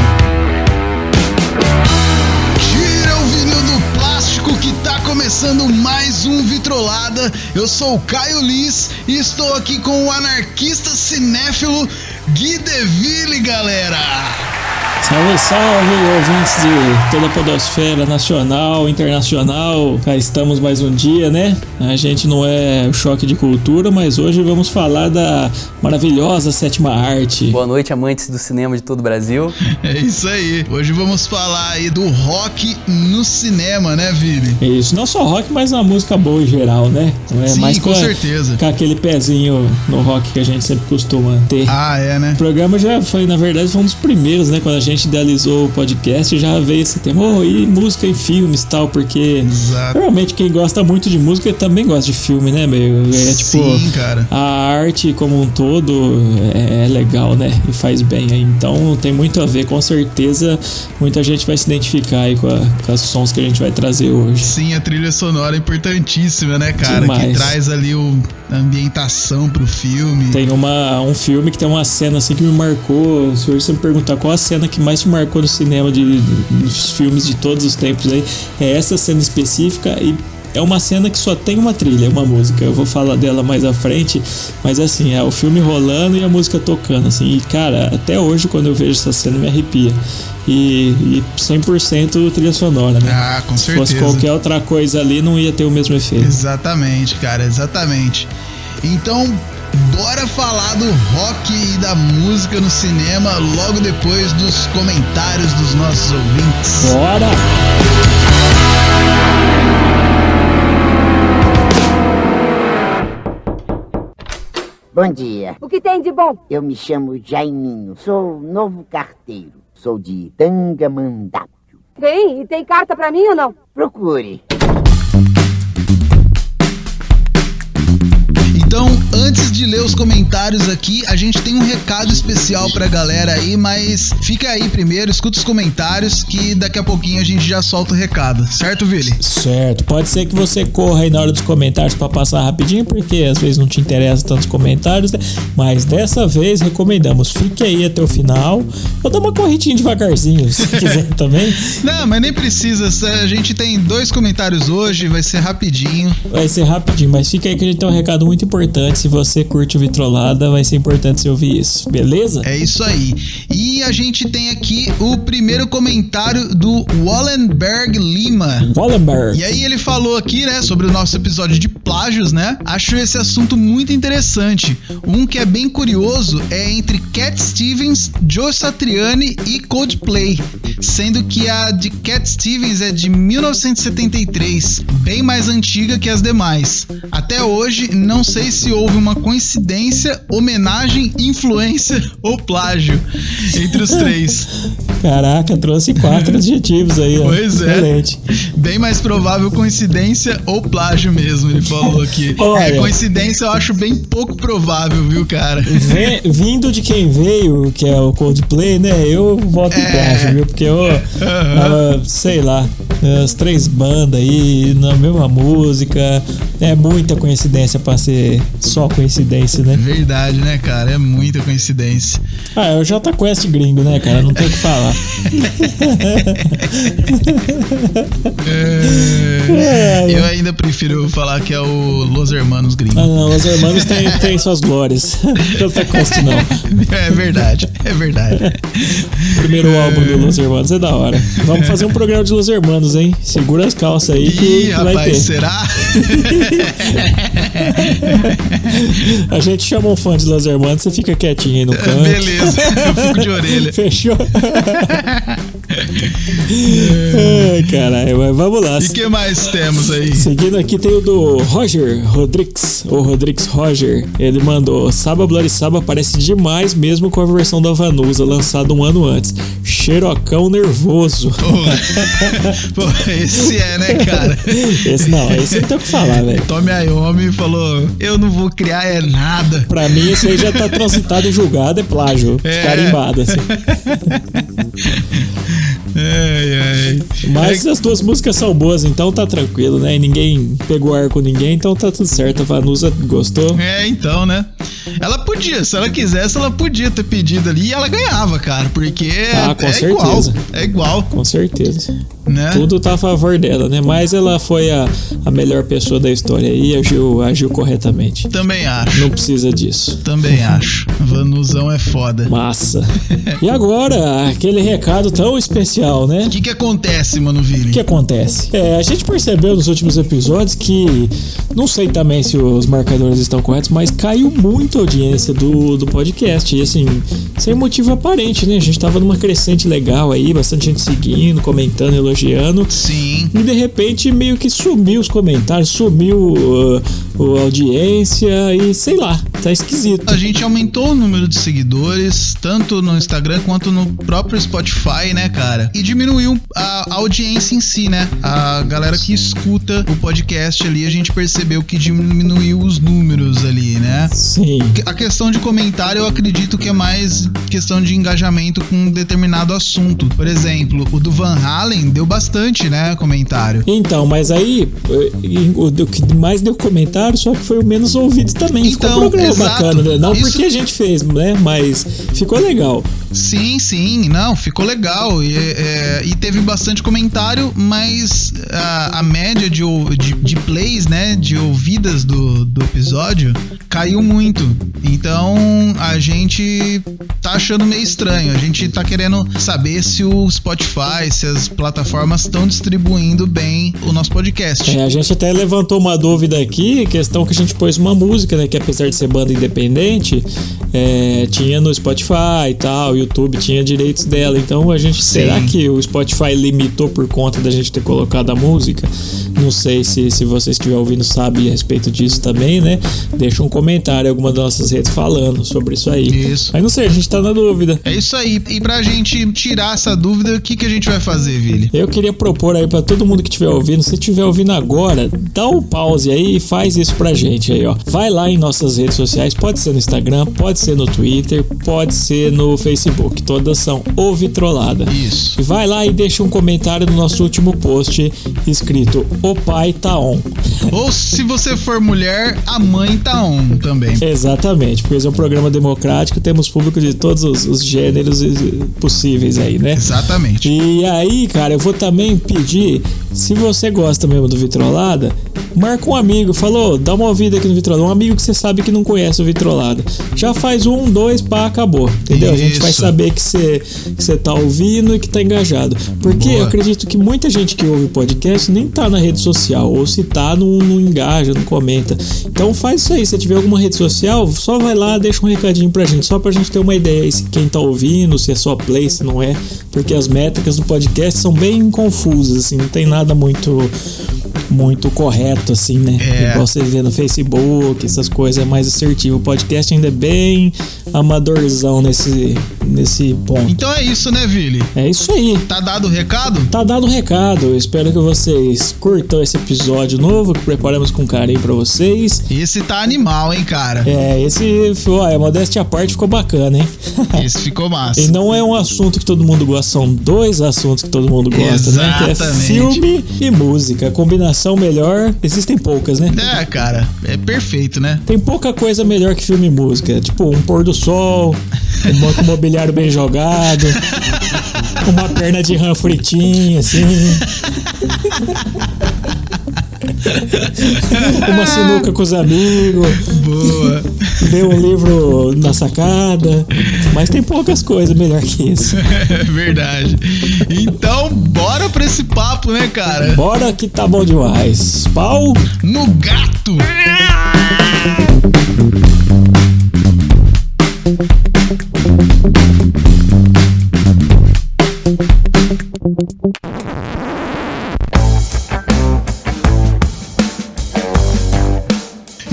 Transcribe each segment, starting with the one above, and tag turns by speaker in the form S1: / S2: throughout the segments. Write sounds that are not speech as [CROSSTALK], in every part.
S1: tá um Eu sou o Caio Liz e estou aqui com o anarquista cinéfilo Gui Deville, galera!
S2: Salve, salve, ouvintes de toda a podosfera nacional, internacional. Cá estamos mais um dia, né? A gente não é o choque de cultura, mas hoje vamos falar da maravilhosa sétima arte.
S3: Boa noite, amantes do cinema de todo o Brasil.
S1: É isso aí. Hoje vamos falar aí do rock no cinema, né, Vini?
S2: É isso, não só rock, mas uma música boa em geral, né? Não é
S1: Sim,
S2: mais
S1: com
S2: a-
S1: certeza.
S2: Com aquele pezinho no rock que a gente sempre costuma ter.
S1: Ah, é, né?
S2: O programa já foi, na verdade, foi um dos primeiros, né? Quando a gente idealizou o podcast, já veio esse tema, oh, e música e filmes e tal, porque
S1: Exato.
S2: Realmente, quem gosta muito de música também gosta de filme, né, meu? É tipo.
S1: Sim, cara.
S2: A arte como um todo é é legal, né? E faz bem. aí. Então tem muito a ver, com certeza. Muita gente vai se identificar aí com, a- com os sons que a gente vai trazer hoje.
S1: Sim, a trilha sonora é importantíssima, né, cara? Que
S2: Demais.
S1: traz ali o, a ambientação pro filme.
S2: Tem uma, um filme que tem uma cena assim que me marcou. Se hoje você me perguntar qual a cena que mais te marcou no cinema, de, nos filmes de todos os tempos aí, é essa cena específica e é uma cena que só tem uma trilha, uma música. Eu vou falar dela mais à frente, mas assim, é o filme rolando e a música tocando, assim. E cara, até hoje quando eu vejo essa cena me arrepia. E, e 100% trilha sonora, né?
S1: Ah, com
S2: Se fosse
S1: certeza.
S2: qualquer outra coisa ali, não ia ter o mesmo efeito.
S1: Exatamente, cara, exatamente. Então, bora falar do rock e da música no cinema logo depois dos comentários dos nossos ouvintes.
S2: Bora!
S4: Bom dia.
S5: O que tem de bom?
S4: Eu me chamo Jaiminho. Sou novo carteiro. Sou de Tangamandápio.
S5: Tem? E tem carta pra mim ou não?
S4: Procure.
S1: Então, antes de ler os comentários aqui, a gente tem um recado especial pra galera aí, mas fica aí primeiro, escuta os comentários que daqui a pouquinho a gente já solta o recado, certo, Vili?
S2: Certo, pode ser que você corra aí na hora dos comentários pra passar rapidinho, porque às vezes não te interessa tantos comentários, né? mas dessa vez recomendamos, fique aí até o final, ou dá uma corridinha devagarzinho, [LAUGHS] se quiser também.
S1: Não, mas nem precisa, a gente tem dois comentários hoje, vai ser rapidinho.
S2: Vai ser rapidinho, mas fica aí que a gente tem um recado muito importante. Se você curte o Vitrolada, vai ser importante você ouvir isso, beleza?
S1: É isso aí. E a gente tem aqui o primeiro comentário do Wallenberg Lima.
S2: Wallenberg.
S1: E aí ele falou aqui, né, sobre o nosso episódio de plágios, né? Acho esse assunto muito interessante. Um que é bem curioso é entre Cat Stevens, Joe Satriani e Coldplay, sendo que a de Cat Stevens é de 1973, bem mais antiga que as demais. Até hoje, não sei se houve uma coincidência, homenagem, influência ou plágio entre os três.
S2: Caraca, trouxe quatro adjetivos aí, ó.
S1: Pois é.
S2: Excelente.
S1: Bem mais provável coincidência ou plágio mesmo, ele falou aqui.
S2: [LAUGHS] Olha.
S1: É, coincidência eu acho bem pouco provável, viu, cara?
S2: Vem- Vindo de quem veio, que é o Coldplay, né? Eu voto em
S1: É.
S2: plágio, viu? Porque eu. ah, sei lá, né, as três bandas aí, na mesma música. É muita coincidência pra ser só coincidência, né?
S1: Verdade, né, cara? É muita coincidência.
S2: Ah, é o Jota Quest gringo, né, cara? Não tem o que falar.
S1: É, Eu ainda prefiro falar que é o Los Hermanos
S2: Ah,
S1: Gringos.
S2: não, os hermanos têm, têm suas glórias. [LAUGHS] Jota Quest não.
S1: [LAUGHS] É verdade, é
S2: [LAUGHS]
S1: verdade.
S2: Primeiro álbum do Los Hermanos é da hora. Vamos fazer um programa de Los Hermanos, hein? Segura as calças aí que,
S1: Ih,
S2: que vai
S1: rapaz,
S2: ter. [LAUGHS]
S1: será?
S2: A gente chama um fã de Los Hermanos, você fica quietinho aí no canto.
S1: É, Beleza, eu fico de orelha.
S2: Fechou? Ai, caralho, mas vamos lá.
S1: E o que mais temos
S2: [LAUGHS]
S1: aí?
S2: Seguindo aqui tem o do Roger Rodrigues, ou Rodrigues Roger. Ele mandou: Saba Bloody Saba parece demais mesmo com a versão da Vanusa, lançada um ano antes. Xerocão nervoso.
S1: [LAUGHS] Pô, pô, esse é, né, cara?
S2: Esse não, esse não tem o que falar, velho.
S1: Tommy Iommi falou: Eu não vou criar é nada.
S2: Pra mim, isso aí já tá transitado e julgado, é plágio.
S1: É.
S2: Carimbado, assim.
S1: Ai, ai.
S2: Mas as duas músicas são boas, então tá tranquilo, né? E Ninguém pegou ar com ninguém, então tá tudo certo. A Vanusa gostou.
S1: É, então, né? Ela podia, se ela quisesse, ela podia ter pedido ali e ela ganhava, cara, porque
S2: Ah, com
S1: é igual.
S2: certeza.
S1: É igual,
S2: Com certeza.
S1: né?
S2: Tudo tá a favor dela, né? Mas ela foi a, a melhor pessoa da história e agiu, agiu corretamente.
S1: Também acho.
S2: Não precisa disso.
S1: Também acho. Vanuzão é foda.
S2: Massa. E agora, aquele recado tão especial, né?
S1: O que que acontece, Mano
S2: O que
S1: Vini?
S2: acontece? É, a gente percebeu nos últimos episódios que, não sei também se os marcadores estão corretos, mas caiu muito a audiência do, do podcast. E assim, sem motivo aparente, né? A gente tava numa crescente legal aí, bastante gente seguindo, comentando, elogiando.
S1: Sim.
S2: E de repente meio que sumiu os comentários, sumiu uh, a audiência e sei lá, tá esquisito.
S1: A gente aumentou o número de seguidores, tanto no Instagram quanto no próprio Spotify, né, cara? E diminuiu a audiência em si, né? A galera que escuta o podcast ali, a gente percebeu que diminuiu os números ali, né?
S2: Sim.
S1: A questão de comentário, eu acredito que é mais questão de engajamento com um determinado assunto. Por exemplo, o do Van Halen deu bastante, né, comentário.
S2: Então, mas aí eh, e o do que mais deu comentário, só que foi o menos ouvido também. ficou um
S1: Então,
S2: programa
S1: exato.
S2: bacana, né? Não
S1: Isso-
S2: porque a gente fez, né? Mas ficou legal.
S1: Sim, sim, não, ficou legal. E, é, e teve bastante comentário, mas a, a média de, ou- de, de plays, né, de ouvidas do, do episódio caiu muito. Então a gente tá achando meio estranho. A gente tá querendo saber se o Spotify, se as plataformas estão distribuindo bem o nosso podcast.
S2: É, a gente até levantou uma dúvida aqui, questão que a gente pôs uma música, né? Que apesar de ser banda independente, é, tinha no Spotify e tal, YouTube tinha direitos dela. Então a gente. Será que o Spotify limitou por conta da gente ter colocado a música? Não sei se, se você estiver ouvindo sabe a respeito disso também, né? Deixa um comentário em alguma das nossas redes falando sobre isso aí.
S1: Isso.
S2: Mas não sei, a gente tá na dúvida.
S1: É isso aí. E pra gente tirar essa dúvida, o que, que a gente vai fazer, Vili?
S2: Eu queria propor aí pra todo mundo que estiver ouvindo, se estiver ouvindo agora, dá um pause aí e faz isso pra gente aí, ó. Vai lá em nossas redes sociais, pode ser no Instagram, pode ser no Twitter, pode ser no Facebook, todas são Ouve Trollada.
S1: Isso.
S2: Vai lá e deixa um comentário no nosso último post escrito O pai tá on.
S1: Ou se você for mulher, a mãe tá on também.
S2: Exatamente, porque esse é um programa democrático, temos público de todos os, os gêneros eh, possíveis aí, né?
S1: Exatamente.
S2: E aí, cara, eu vou também pedir, se você gosta mesmo do Vitrolada, marca um amigo, falou, dá uma ouvida aqui no Vitrolada, um amigo que você sabe que não conhece o Vitrolada. Já faz um, dois, pá, acabou. Entendeu? A gente vai
S1: Isso.
S2: saber que você que você tá ouvindo e que tá engajado. Porque
S1: Boa.
S2: eu acredito que muita gente que ouve podcast nem tá na rede social, ou se tá, não, não engaja, não comenta. Então faz isso aí, se tiver alguma rede social, só vai lá, deixa um recadinho pra gente, só pra gente ter uma ideia aí se quem tá ouvindo, se é só play, se não é, porque as métricas do podcast são bem confusas, assim, não tem nada muito muito correto assim, né?
S1: É.
S2: Igual você vê no Facebook, essas coisas é mais assertivo. O podcast ainda é bem amadorzão nesse nesse ponto.
S1: Então é isso, né, Vili?
S2: É isso aí.
S1: Tá dado o recado?
S2: Tá dado o recado. Eu espero que vocês curtam esse episódio novo que preparamos com carinho pra vocês.
S1: Esse tá animal, hein, cara?
S2: É, esse foi, a modéstia à parte ficou bacana, hein? [LAUGHS]
S1: Esse ficou
S2: E
S1: massa.
S2: não é um assunto que todo mundo gosta, são dois assuntos que todo mundo gosta, né? Que é
S1: Exatamente.
S2: filme e música. A combinação melhor, existem poucas, né?
S1: É, cara, é perfeito, né?
S2: Tem pouca coisa melhor que filme e música. Tipo, um pôr do sol, um banco imobiliário bem jogado, uma perna de rã fritinha, assim. uma sinuca com os amigos,
S1: Boa. [LAUGHS]
S2: ler um livro na sacada. Mas tem poucas coisas melhor que isso.
S1: Verdade. Então, bora pra esse papo, né, cara?
S2: Bora que tá bom demais. Pau!
S1: No gato!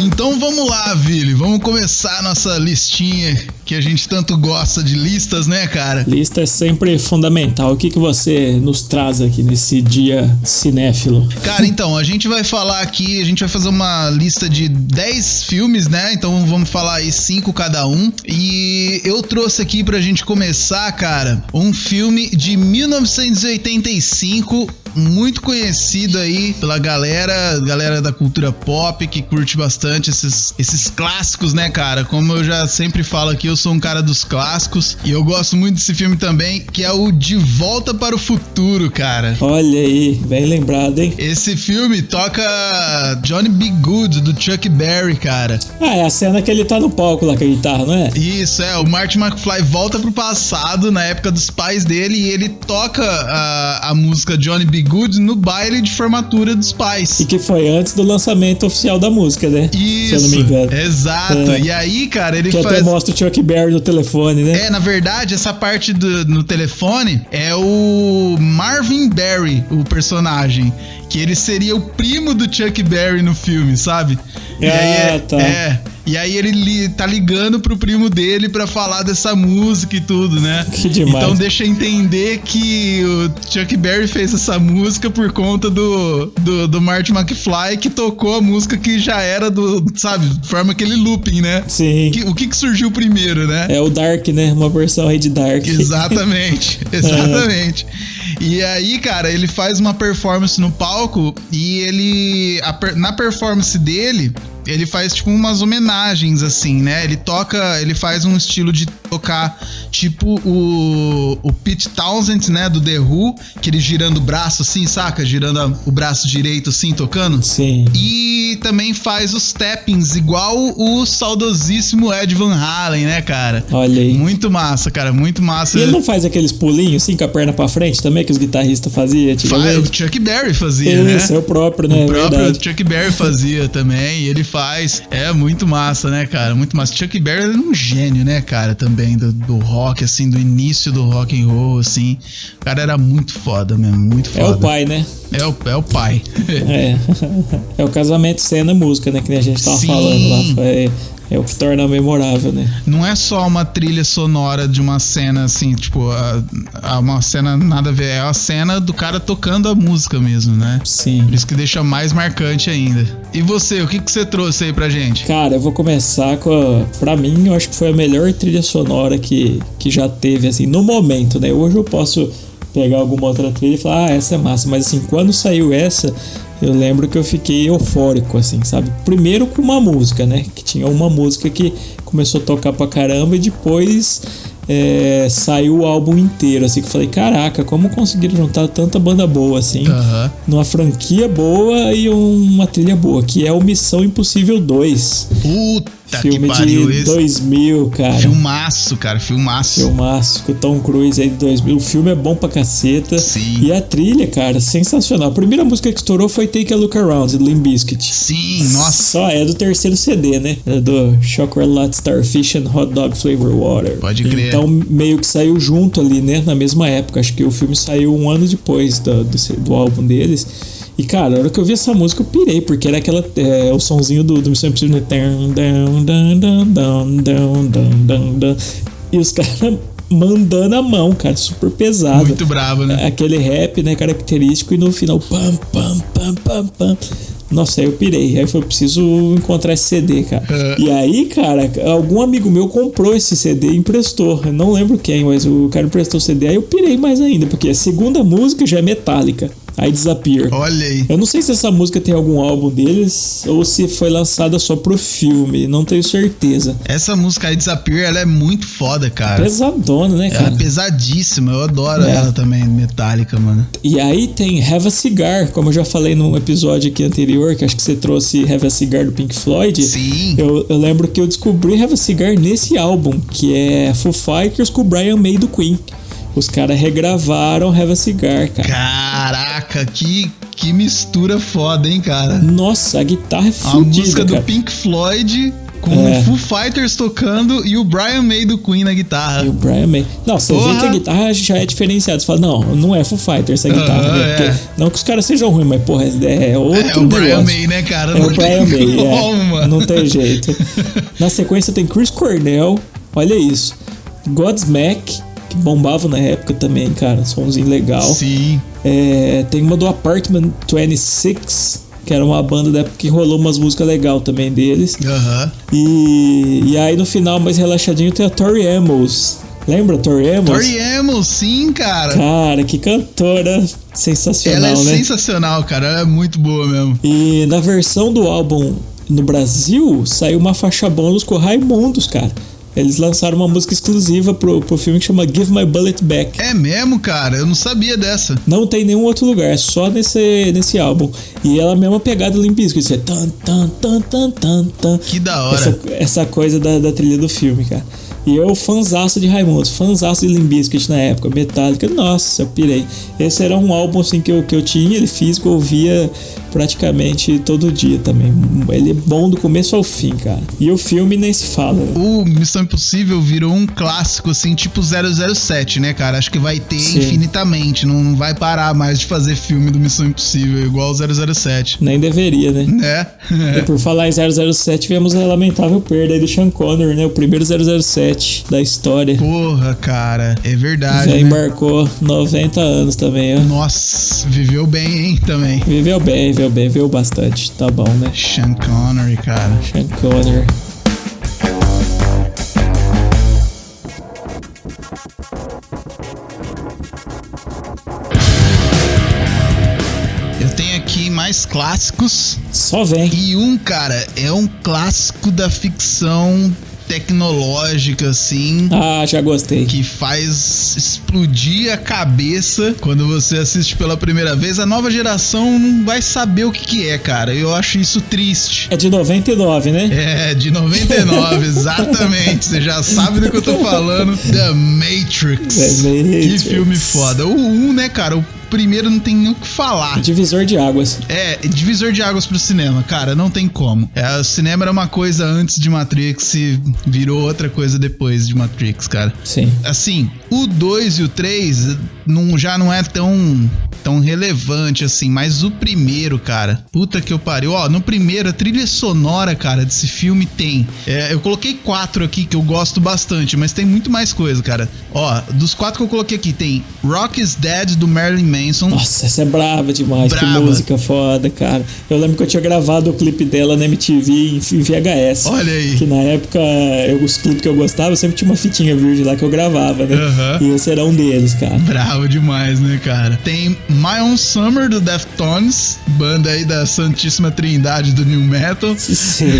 S1: Então vamos lá, Vili. Vamos começar a nossa listinha que a gente tanto gosta de listas, né, cara?
S2: Lista é sempre fundamental. O que, que você nos traz aqui nesse dia cinéfilo?
S1: Cara, então, a gente vai falar aqui, a gente vai fazer uma lista de 10 filmes, né? Então vamos falar aí 5 cada um. E eu trouxe aqui pra gente começar, cara, um filme de 1985 muito conhecido aí pela galera, galera da cultura pop que curte bastante esses, esses clássicos, né, cara? Como eu já sempre falo aqui, eu sou um cara dos clássicos e eu gosto muito desse filme também, que é o De Volta para o Futuro, cara.
S2: Olha aí, bem lembrado, hein?
S1: Esse filme toca Johnny B. Good, do Chuck Berry, cara.
S2: Ah, é a cena que ele tá no palco lá com a guitarra, não é?
S1: Isso, é. O Marty McFly volta pro passado, na época dos pais dele, e ele toca a, a música Johnny B. Good no baile de formatura dos pais.
S2: E que foi antes do lançamento oficial da música, né? Se eu não me
S1: Isso,
S2: engano.
S1: exato.
S2: É.
S1: E aí, cara, ele
S2: que até
S1: faz...
S2: mostra o Chuck Berry no telefone, né?
S1: É, na verdade, essa parte do, no telefone é o Marvin Berry, o personagem. Que ele seria o primo do Chuck Berry no filme, sabe? e
S2: Ah,
S1: aí é,
S2: tá.
S1: é. E aí ele li- tá ligando pro primo dele pra falar dessa música e tudo, né?
S2: Que demais.
S1: Então deixa entender que o Chuck Berry fez essa música por conta do, do, do Marty McFly, que tocou a música que já era do, sabe, forma aquele looping, né?
S2: Sim.
S1: Que- o que que surgiu primeiro, né?
S2: É o Dark, né? Uma versão aí de Dark.
S1: [LAUGHS] Exatamente, exatamente. E aí, cara, ele faz uma performance no palco e ele. a per- na performance dele, ele faz tipo umas homenagens, assim, né? Ele toca. Ele faz um estilo de tocar tipo o, o Pete Townsend, né? Do The Who, que ele girando o braço assim, saca? Girando a- o braço direito assim, tocando.
S2: Sim.
S1: E também faz os tappings, igual o saudosíssimo Ed Van Halen, né, cara?
S2: Olha aí.
S1: Muito massa, cara, muito massa.
S2: E ele não faz aqueles pulinhos assim com a perna pra frente também que os guitarristas faziam
S1: Faz-
S2: antigamente?
S1: o Chuck Berry fazia, né?
S2: Isso, é o próprio, né?
S1: O
S2: É
S1: próprio tipo,
S2: Verdade.
S1: Chuck Berry fazia também, e ele faz. É muito massa, né, cara? Muito massa. Chuck Berry era um gênio, né, cara, também do, do rock, assim, do início do rock and roll, assim. O cara era muito foda mesmo, muito
S2: É
S1: foda.
S2: o pai, né?
S1: É o, é o pai. [LAUGHS]
S2: É. [LAUGHS] é o casamento, cena, música, né? Que nem a gente tava
S1: Sim.
S2: falando lá. É, é o que torna memorável, né?
S1: Não é só uma trilha sonora de uma cena, assim, tipo, a, a uma cena nada a ver. É a cena do cara tocando a música mesmo, né?
S2: Sim.
S1: Por isso que deixa mais marcante ainda. E você, o que, que você trouxe aí pra gente?
S2: Cara, eu vou começar com a, Pra mim, eu acho que foi a melhor trilha sonora que, que já teve, assim, no momento, né? Hoje eu posso pegar alguma outra trilha e falar, ah, essa é massa. Mas, assim, quando saiu essa, eu lembro que eu fiquei eufórico, assim, sabe? Primeiro com uma música, né? Que tinha uma música que começou a tocar pra caramba e depois é, saiu o álbum inteiro, assim, que eu falei, caraca, como conseguiram juntar tanta banda boa, assim,
S1: Aham.
S2: numa franquia boa e uma trilha boa, que é o Missão Impossível 2.
S1: Puta que
S2: filme
S1: pariu
S2: de
S1: esse.
S2: 2000, cara.
S1: Filmaço, cara, filmaço.
S2: Filmaço com o Tom Cruise aí de 2000. O filme é bom pra caceta.
S1: Sim.
S2: E a trilha, cara, sensacional. A primeira música que estourou foi Take a Look Around, do Limp Bizkit.
S1: Sim, nossa.
S2: Só é do terceiro CD, né? É do Chocolate Starfish and Hot Dog Flavor Water.
S1: Pode crer.
S2: Então meio que saiu junto ali, né? Na mesma época. Acho que o filme saiu um ano depois do, do, C- do álbum deles. E cara, a hora que eu vi essa música eu pirei, porque era aquela, é, o sonzinho do, do Missão Impossível. né? Tan, dan, dan, dan, dan, dan, dan, dan, dan. E os [LAUGHS] caras mandando a mão, cara, super pesado
S1: Muito bravo, né?
S2: aquele rap, né, característico, e no final, pam, pam, pam, pam, pam. Nossa, aí eu pirei. Aí foi preciso encontrar esse CD, cara.
S1: É.
S2: E aí, cara, algum amigo meu comprou esse CD e emprestou. Eu não lembro quem, mas o cara emprestou o CD. Aí eu pirei mais ainda, porque a segunda música já é metálica. Aí Disappear.
S1: Olha aí.
S2: Eu não sei se essa música tem algum álbum deles ou se foi lançada só pro filme. Não tenho certeza.
S1: Essa música aí, Disappear, ela é muito foda, cara.
S2: Pesadona, né,
S1: Ela
S2: cara?
S1: é pesadíssima, eu adoro
S2: É.
S1: ela também, metálica, mano.
S2: E aí tem Have a Cigar, como eu já falei num episódio aqui anterior, que acho que você trouxe Have a Cigar do Pink Floyd.
S1: Sim.
S2: Eu, eu lembro que eu descobri Have a Cigar nesse álbum, que é Foo Fighters com o Brian May do Queen. Os caras regravaram Have a Cigar, cara.
S1: Caraca, que, que mistura foda, hein, cara?
S2: Nossa, a guitarra é
S1: A
S2: fodida,
S1: música do
S2: cara.
S1: Pink Floyd com
S2: É.
S1: o Foo Fighters tocando e o Brian May do Queen na guitarra.
S2: E o Brian May. Não, você vê
S1: Porra.
S2: que a guitarra já é diferenciada. Você fala, não, não é Foo Fighters essa guitarra.
S1: Aham,
S2: né? Porque-
S1: é.
S2: Não que os caras sejam ruins, mas porra, é outro
S1: É o Brian
S2: negócio.
S1: May, né, cara?
S2: É o Brian May,
S1: como,
S2: é.
S1: mano.
S2: Não tem jeito. Na sequência tem Chris Cornell, olha isso. Godsmack, que bombava na época também, cara, somzinho legal.
S1: Sim.
S2: É, tem uma do Apartment 26, que era uma banda da época que rolou umas músicas legais também deles.
S1: Aham.
S2: E, e aí no final, mais relaxadinho, tem a Tori Amos. Lembra, Toremos?
S1: Toriemos, sim, cara.
S2: Cara, que cantora sensacional,
S1: Ela é
S2: né?
S1: sensacional, cara. Ela é muito boa mesmo.
S2: E na versão do álbum no Brasil, saiu uma faixa bônus com o Raimundos, cara. Eles lançaram uma música exclusiva pro, pro filme que chama Give My Bullet Back.
S1: É mesmo, cara. Eu não sabia dessa.
S2: Não tem em nenhum outro lugar, é só nesse, nesse álbum. E ela é a mesma pegada do Limp Bizkit, isso é tan tan tan tan tan tan.
S1: Que da hora.
S2: Essa, essa coisa da, da trilha do filme, cara. E eu fanzaço de Raimundos, fanzaço de Limp Bizkit na época, Metallica, nossa, eu pirei. Esse era um álbum assim que eu, que eu tinha, ele físico, eu ouvia praticamente todo dia também. Ele é bom do começo ao fim, cara. E o filme nem se fala. né?
S1: O Missão Impossível virou um clássico, assim, tipo 007, né, cara? Acho que vai ter
S2: Sim.
S1: infinitamente. Não, não vai parar mais de fazer filme do Missão Impossível, igual o 007.
S2: Nem deveria, né?
S1: Né? [LAUGHS]
S2: E por falar em 007, tivemos a lamentável perda aí do Sean Connery, né? O primeiro 007 da história.
S1: Porra, cara. É verdade.
S2: Já
S1: né?
S2: embarcou 90 anos também, ó.
S1: Nossa, viveu bem, hein, também.
S2: Viveu bem, viveu bem, viveu bastante. Tá bom, né?
S1: Sean Connery, cara.
S2: Sean Connery.
S1: Eu tenho aqui mais clássicos.
S2: Só vem.
S1: E um, cara, é um clássico da ficção tecnológica, assim.
S2: Ah, já gostei.
S1: Que faz explodir a cabeça quando você assiste pela primeira vez. A nova geração não vai saber o que, que é, cara. Eu acho isso triste.
S2: É de 99, né?
S1: É, de
S2: [LAUGHS]
S1: 99, exatamente. Você já sabe do que eu tô falando. The Matrix.
S2: The Matrix.
S1: Que filme foda. O 1, né, cara? O primeiro não tem nem o que falar.
S2: Divisor de águas.
S1: É, divisor de águas pro cinema, cara, não tem como. É, o cinema era uma coisa antes de Matrix e virou outra coisa depois de Matrix, cara.
S2: Sim.
S1: Assim, o 2 e o 3 não, já não é tão, tão relevante assim, mas o primeiro, cara, puta que eu pariu. Ó, no primeiro, a trilha sonora, cara, desse filme tem. é, eu coloquei quatro aqui que eu gosto bastante, mas tem muito mais coisa, cara. Ó, dos quatro que eu coloquei aqui, tem Rock is Dead do Marilyn Manson.
S2: Nossa, essa é brava demais. Que
S1: Brava.
S2: música foda, cara. Eu lembro que eu tinha gravado o clipe dela na MTV em em VHS.
S1: Olha aí.
S2: Que na época, eu, os clipes que eu gostava, eu sempre tinha uma fitinha virgem lá que eu gravava, né?
S1: Aham.
S2: E esse era um deles, cara.
S1: Bravo demais, né, cara? Tem My Own Summer do Deftones, banda aí da Santíssima Trindade do New Metal. [LAUGHS]
S2: Sim.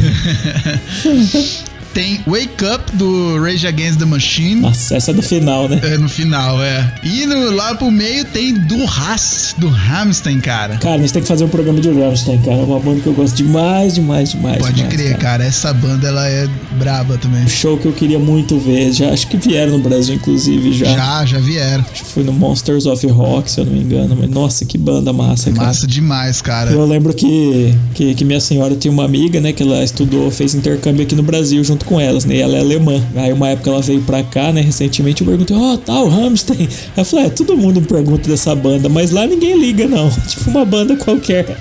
S1: Tem Wake Up do Rage Against the Machine.
S2: Nossa, essa é do final, né?
S1: É, no final, é. E no- lá pro meio tem do Haas, do Hamstein, cara.
S2: Cara, nós tem que fazer um programa de Rammstein, cara. É uma banda que eu gosto demais, demais, demais.
S1: Pode
S2: demais,
S1: crer, cara. Essa banda ela é braba também.
S2: Um show que eu queria muito ver. Já acho que vieram no Brasil, inclusive, já.
S1: Já, já vieram.
S2: Acho que foi no Monsters of Rock, se eu não me engano. Mas nossa, que banda massa, cara.
S1: Massa demais, cara.
S2: Eu lembro que, que, que minha senhora tinha uma amiga, né, que ela estudou, fez intercâmbio aqui no Brasil junto com elas, né, e ela é alemã. Aí uma época ela veio pra cá, né, recentemente, eu perguntei, ó, tal, Rammstein. Ela falou, é, todo mundo pergunta dessa banda, mas lá ninguém liga, não. [LAUGHS] Tipo uma banda
S1: [LAUGHS]
S2: qualquer.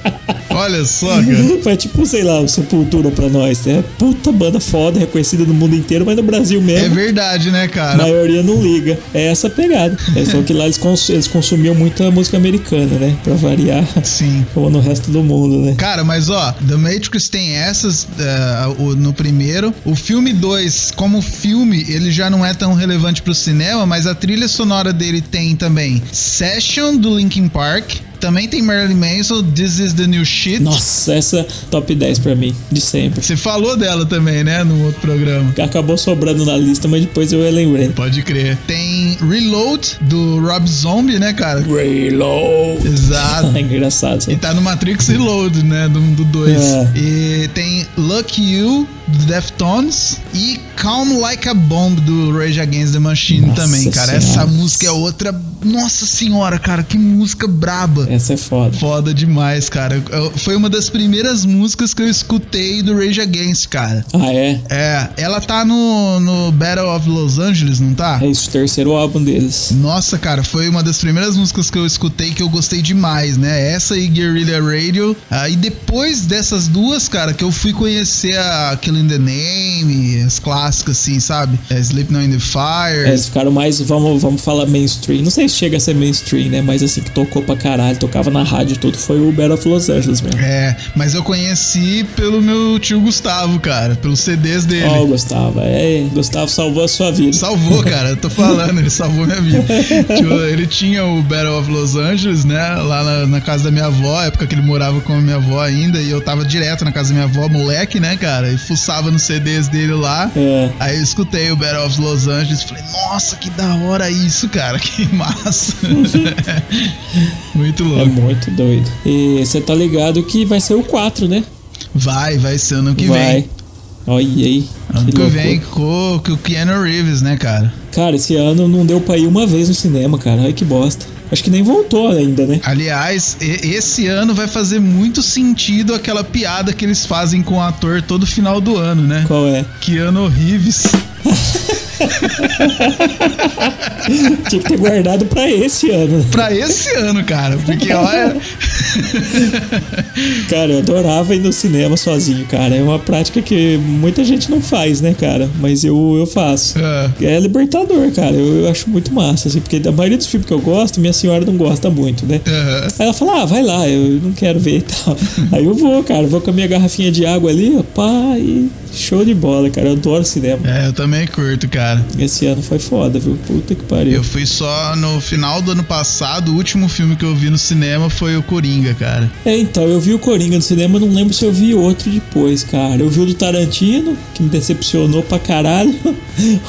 S1: Olha só, cara.
S2: Foi tipo, sei lá, o Sepultura pra nós, né. Puta banda foda, reconhecida no mundo inteiro, mas no Brasil
S1: É
S2: mesmo.
S1: verdade, né,
S2: a
S1: cara?
S2: maioria não liga. É essa a pegada. É só que lá eles, cons eles consumiam muita música americana, né? Pra variar, [LAUGHS]
S1: Sim.
S2: como no resto do mundo, né?
S1: Cara, mas ó, The Matrix tem essas eh, o- no primeiro. O filme 2, como filme, ele já não é tão relevante pro cinema, mas a trilha sonora dele tem também Session do Linkin Park, também tem Marilyn Manson, This Is the New Shit.
S2: Nossa, essa top 10 pra mim, de sempre.
S1: Você falou dela também, né, no outro programa.
S2: Acabou sobrando na lista, mas depois eu né? lembrei.
S1: Pode crer. Tem Reload do Rob Zombie, né, cara?
S2: Reload.
S1: Exato.
S2: [LAUGHS] É engraçado isso
S1: E
S2: aí.
S1: tá no Matrix Reload, né? Do 2.
S2: É.
S1: E tem Lucky You, do Deftones. E Calm Like a Bomb, do Rage Against the Machine
S2: Nossa
S1: também, cara. Essa
S2: Senhora.
S1: música é outra. Nossa senhora, cara, que música braba.
S2: Essa é foda.
S1: Foda demais, cara. Eu- foi uma das primeiras músicas que eu escutei do Rage Against, cara.
S2: Ah, é?
S1: É, ela tá no, no Battle of Los Angeles, não tá?
S2: É isso, o terceiro álbum deles.
S1: Nossa, cara, foi uma das primeiras músicas que eu escutei que eu gostei demais, né? Essa e Guerrilla Radio. Aí depois dessas duas, cara, que eu fui conhecer a Killing the Name, as clássicas, assim, sabe? É, Sleep Now in the
S2: É,
S1: Fire.
S2: Eles ficaram mais, vamos, vamos falar mainstream. Não sei sei se chega a ser mainstream, né? Mas assim, que tocou pra caralho, tocava na rádio e tudo, foi o Battle of Los Angeles mesmo.
S1: É, mas eu conheci pelo meu tio Gustavo, cara, pelos CDs dele.
S2: Ó, Gustavo, é, Gustavo salvou a sua vida.
S1: Salvou, cara, eu tô falando, ele salvou minha vida. Tipo, ele tinha o Battle of Los Angeles, né? Lá na, na casa da minha avó, época que ele morava com a minha avó ainda, e eu tava direto na casa da minha avó, moleque, né, cara? E fuçava nos CDs dele lá.
S2: É.
S1: Aí eu escutei o Battle of Los Angeles e falei, nossa, que da hora isso, cara, [LAUGHS] que massa. Muito
S2: É
S1: louco.
S2: muito doido. E você tá ligado que vai ser o 4, né?
S1: Vai, vai ser ano que
S2: vai.
S1: vem.
S2: Olha aí.
S1: Ano
S2: que
S1: que
S2: loucura.
S1: vem com, com o Keanu Reeves, né, cara?
S2: Cara, esse ano não deu pra ir uma vez no cinema, cara. Ai que bosta. Acho que nem voltou ainda, né?
S1: Aliás, e- esse ano vai fazer muito sentido aquela piada que eles fazem com o ator todo final do ano, né?
S2: Qual é?
S1: Keanu Reeves.
S2: Tinha que ter guardado pra esse ano. né?
S1: Pra esse ano, cara.
S2: [LAUGHS]
S1: Porque olha.
S2: Cara, eu adorava ir no cinema sozinho, cara. É uma prática que muita gente não faz, né, cara? Mas eu, eu faço.
S1: Ah,
S2: É libertador, cara. Eu, eu acho muito massa, assim, porque da maioria dos filmes que eu gosto, minha senhora não gosta muito, né?
S1: aham.
S2: Aí ela fala, ah, vai lá, eu não quero ver e tal.
S1: [LAUGHS]
S2: Aí eu vou, cara, vou com a minha garrafinha de água ali, ó, pá, e show de bola, cara. Eu adoro cinema.
S1: É, eu também curto, cara.
S2: Esse ano foi foda, viu? Puta que pariu.
S1: Eu fui só no final do ano passado, o último filme que eu vi no cinema foi o Coringa, cara.
S2: É, então, eu vi o Coringa no cinema, não lembro se eu vi outro depois, cara. Eu vi o do Tarantino, que me decepcionou pra caralho. [LAUGHS]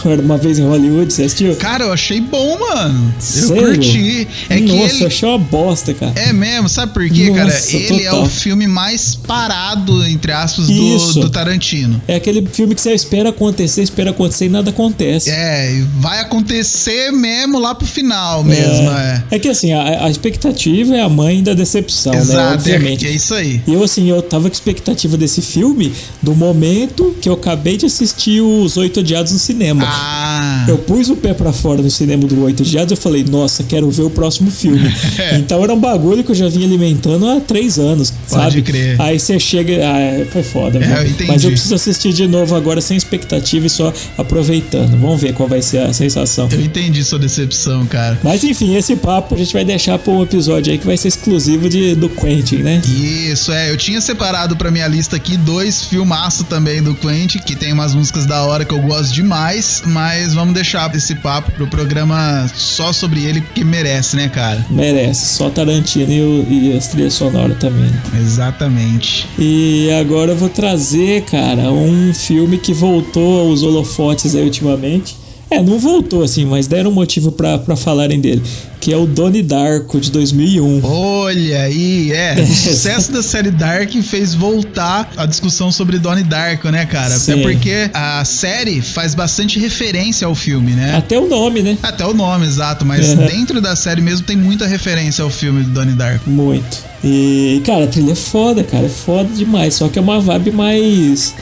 S2: Era uma vez em Hollywood, você assistiu?
S1: Cara, eu achei bom, mano. Eu
S2: Sério?
S1: curti. É que
S2: Nossa,
S1: ele.
S2: eu achei uma bosta, cara.
S1: É mesmo, sabe por quê,
S2: Nossa,
S1: cara? Ele é
S2: total.
S1: o filme mais parado, entre aspas, do,
S2: Isso.
S1: do Tarantino.
S2: É aquele filme que você espera acontecer, espera acontecer e nada acontece.
S1: É, e vai acontecer mesmo lá pro final mesmo, é.
S2: É que assim, a, a expectativa é a mãe da decepção, né?
S1: Exato, é,
S2: Obviamente.
S1: é isso aí.
S2: E eu, assim, eu tava com expectativa desse filme do momento que eu acabei de assistir Os Oito Odiados no cinema.
S1: Ah,
S2: Eu pus o pé pra fora no cinema do Oito Odiados e falei, nossa, quero ver o próximo
S1: [LAUGHS]
S2: filme.
S1: É.
S2: então era um bagulho que eu já vinha alimentando há três anos, sabe?
S1: crer. É,
S2: Aí você chega. Ah, foi foda,
S1: eu
S2: velho.
S1: entendi.
S2: Mas eu preciso assistir de novo agora sem expectativa e só aproveitando. Vamos ver qual vai ser a sensação.
S1: eu entendi sua decepção, cara.
S2: Mas enfim, esse papo a gente vai deixar pra um episódio aí que vai ser exclusivo de, do Quentin, né?
S1: Isso, é, eu tinha separado pra minha lista aqui dois filmaço também do Quentin, que tem umas músicas da hora que eu gosto demais, mas vamos deixar esse papo pro programa só sobre ele, porque merece, né, cara?
S2: Merece, só Tarantino e, o- e as trilhas sonoras também. né?
S1: Exatamente.
S2: E agora eu vou trazer, cara, um filme que voltou aos holofotes aí ultimamente. É, não voltou assim, mas deram motivo pra, pra falarem dele, que é o Donnie Darko de 2001.
S1: Olha aí, é.
S2: [LAUGHS]
S1: O sucesso da série Dark fez voltar a discussão sobre Donnie Darko, né, cara?
S2: Sim.
S1: Até porque a série faz bastante referência ao filme, né?
S2: Até o nome, né?
S1: Até o nome, exato, mas
S2: Uhum.
S1: dentro da série mesmo tem muita referência ao filme do Donnie Darko.
S2: Muito. E, cara, a trilha é foda, cara, é foda demais, só que é uma vibe mais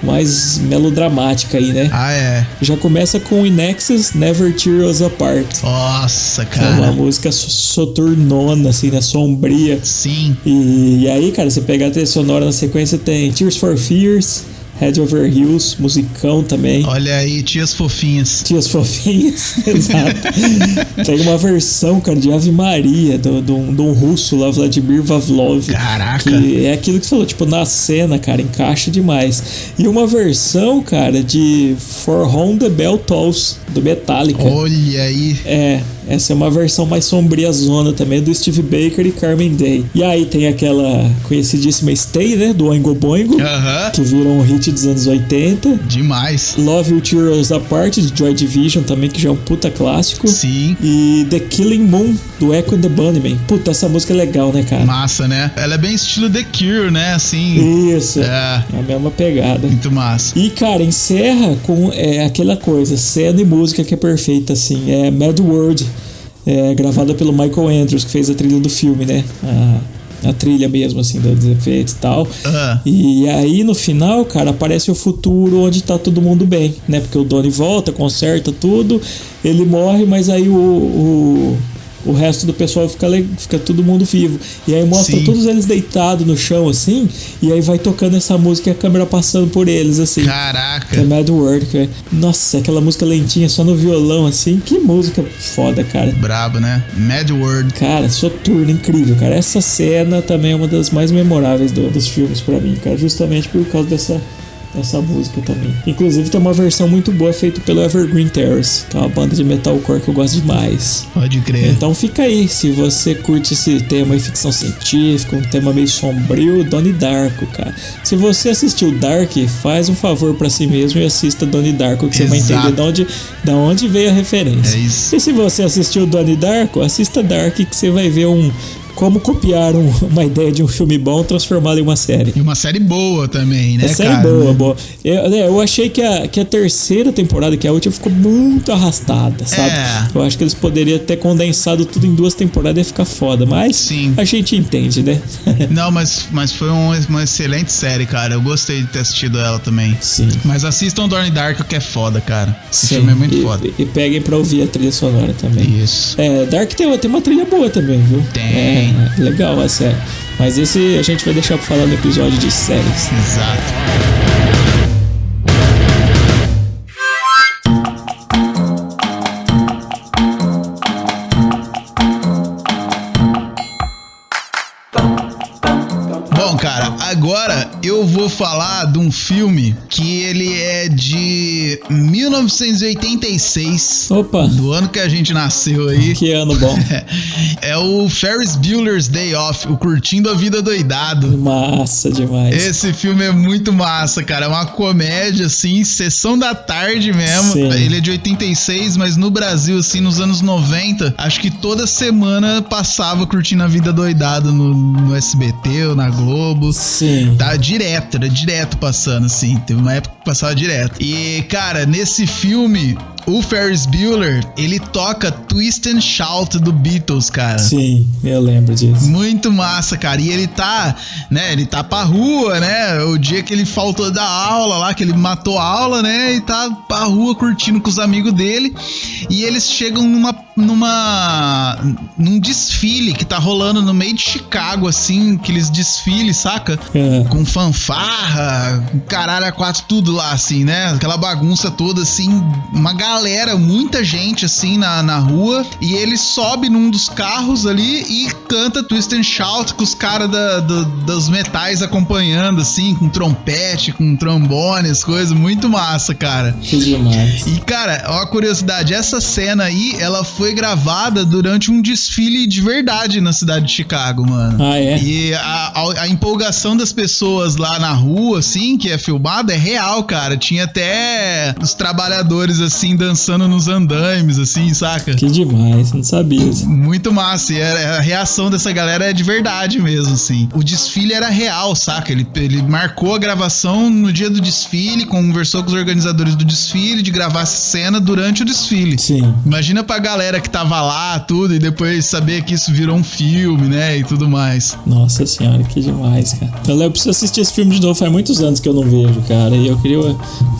S2: mais melodramática aí, né?
S1: Ah, é.
S2: Já começa com Inexus Never Tear Us Apart.
S1: Nossa,
S2: que É uma
S1: cara.
S2: música so- soturnona, assim, né? Sombria.
S1: Sim.
S2: E, e aí, cara, você pegar a trilha sonora na sequência, tem Tears for Fears, Head Over Heels, musicão também.
S1: Olha aí, tias fofinhas.
S2: Tias fofinhas, [LAUGHS] exato. Tem uma versão, cara, de Ave Maria, do, do, do um russo lá, Vladimir Vavlov.
S1: Caraca.
S2: Que é aquilo que você falou, tipo, na cena, cara, encaixa demais. E uma versão, cara, de For Home the Bell Tolls, do Metallica.
S1: Olha aí.
S2: É, essa é uma versão mais sombria zona também é do Steve Baker e Carmen Day. E aí tem aquela conhecidíssima Stay, né, do Oingo Boingo,
S1: Aham.
S2: que virou um hit dos anos 80.
S1: Demais.
S2: Love Will Tear Us Apart, de Joy Division também, que já é um puta clássico.
S1: Sim.
S2: E The Killing Moon, do Echo and the Bunnymen. Puta, essa música é legal, né, cara?
S1: Massa, né? Ela é bem estilo The Cure, né? Assim.
S2: Isso, é
S1: É,
S2: a mesma pegada.
S1: muito massa.
S2: E, cara, encerra com é, aquela coisa, cena e música que é perfeita, assim. É Mad World, é, gravada pelo Michael Andrews, que fez a trilha do filme, né? A, a trilha mesmo, assim, dos efeitos e tal.
S1: Ah.
S2: E aí, no final, cara, aparece o futuro onde tá todo mundo bem, né? Porque o Donnie volta, conserta tudo, ele morre, mas aí o... o o resto do pessoal fica, le- fica todo mundo vivo. E aí mostra
S1: Sim.
S2: todos eles deitados no chão, assim, e aí vai tocando essa música e a câmera passando por eles, assim. Que é
S1: Caraca.
S2: Mad World, cara. Nossa, aquela música lentinha só no violão, assim. Que música foda, cara.
S1: Brabo, né? Mad World.
S2: Cara, soturno, incrível, cara. Essa cena também é uma das mais memoráveis do- dos filmes pra mim, cara. Justamente por causa dessa, dessa música também. Inclusive tem uma versão muito boa feita pelo Evergreen Terrace, que é uma banda de metalcore que eu gosto demais.
S1: Pode crer.
S2: Então fica aí, se você curte esse tema aí, ficção científica, um tema meio sombrio, Donnie Darko, cara. Se você assistiu Dark, faz um favor pra si mesmo e assista Donnie Darko, que você vai
S1: Exato.
S2: entender da onde, da onde veio a referência.
S1: É isso.
S2: E se você assistiu Donnie Darko, assista Dark, que você vai ver um como copiar um- [LAUGHS] uma ideia de um filme bom transformado em uma série.
S1: E uma série boa também, né,
S2: É série
S1: cara?
S2: boa, boa. Eu, né, eu achei que a, que a terceira temporada, que é a última, ficou muito arrastada, sabe?
S1: É.
S2: Eu acho que eles poderiam ter condensado tudo em duas temporadas e ficar foda, mas
S1: Sim.
S2: a gente entende, né?
S1: Não, mas, mas foi um- uma excelente série, cara. Eu gostei de ter assistido ela também.
S2: [LAUGHS] Sim.
S1: Mas assistam Dorne Dark, que é foda, cara. Esse
S2: Sim.
S1: filme é muito
S2: e,
S1: foda.
S2: E peguem pra ouvir a trilha sonora também.
S1: Isso.
S2: É, Dark tem, tem uma trilha boa também, viu?
S1: Tem.
S2: É, legal a série. Mas esse a gente vai deixar pra falar no episódio de séries.
S1: Exato. Bom, cara, agora eu vou falar de um filme que ele é de 1986,
S2: Opa,
S1: do ano que a gente nasceu
S2: [LAUGHS]
S1: aí.
S2: que ano
S1: [LAUGHS]
S2: bom.
S1: É o Ferris Bueller's Day Off, o Curtindo a Vida Doidado.
S2: Massa demais.
S1: Esse filme é muito massa, cara. É uma comédia, assim, sessão da tarde mesmo.
S2: Sim.
S1: Ele é de 86, mas no Brasil, assim, nos anos 90, acho que toda semana passava curtindo a vida doidado no, no SBT ou na Globo.
S2: Sim.
S1: Tá direto, era direto passando, assim. Teve uma época que passava direto. E, cara, nesse filme, o Ferris Bueller, ele toca Twist and Shout do Beatles, cara.
S2: Sim, eu lembro disso.
S1: Muito massa, cara. E ele tá, né? Ele tá pra rua, né? O dia que ele faltou da aula lá, que ele matou a aula, né? E tá pra rua curtindo com os amigos dele. E eles chegam numa. numa. num desfile que tá rolando no meio de Chicago, assim, aqueles desfiles, saca?
S2: É.
S1: Com fanfarra, caralho, a quatro, tudo lá, assim, né? Aquela bagunça toda, assim, uma galera, muita gente, assim, na, na rua. E ele sobe num dos carros ali e canta Twist and Shout com os caras da, da- dos metais acompanhando, assim, com trompete, com trombone, as coisas. Muito massa, cara.
S2: Que demais.
S1: E, cara, ó, a curiosidade, essa cena aí, ela foi gravada durante um desfile de verdade na cidade de Chicago, mano.
S2: Ah, é?
S1: E a, a- a empolgação das pessoas lá na rua, assim, que é filmada, é real, cara. Tinha até os trabalhadores, assim, dançando nos andaimes, assim, saca?
S2: Que demais, não sabia. disso.
S1: Muito massa, e era- a reação dessa galera é de verdade mesmo, assim. O desfile era real, saca? Ele, ele marcou a gravação no dia do desfile, conversou com os organizadores do desfile, de gravar essa cena durante o desfile.
S2: Sim.
S1: Imagina pra galera que tava lá, tudo, e depois saber que isso virou um filme, né, e tudo mais.
S2: Nossa senhora, que demais, cara. Eu lembro, preciso assistir esse filme de novo, faz muitos anos que eu não vejo, cara. E eu queria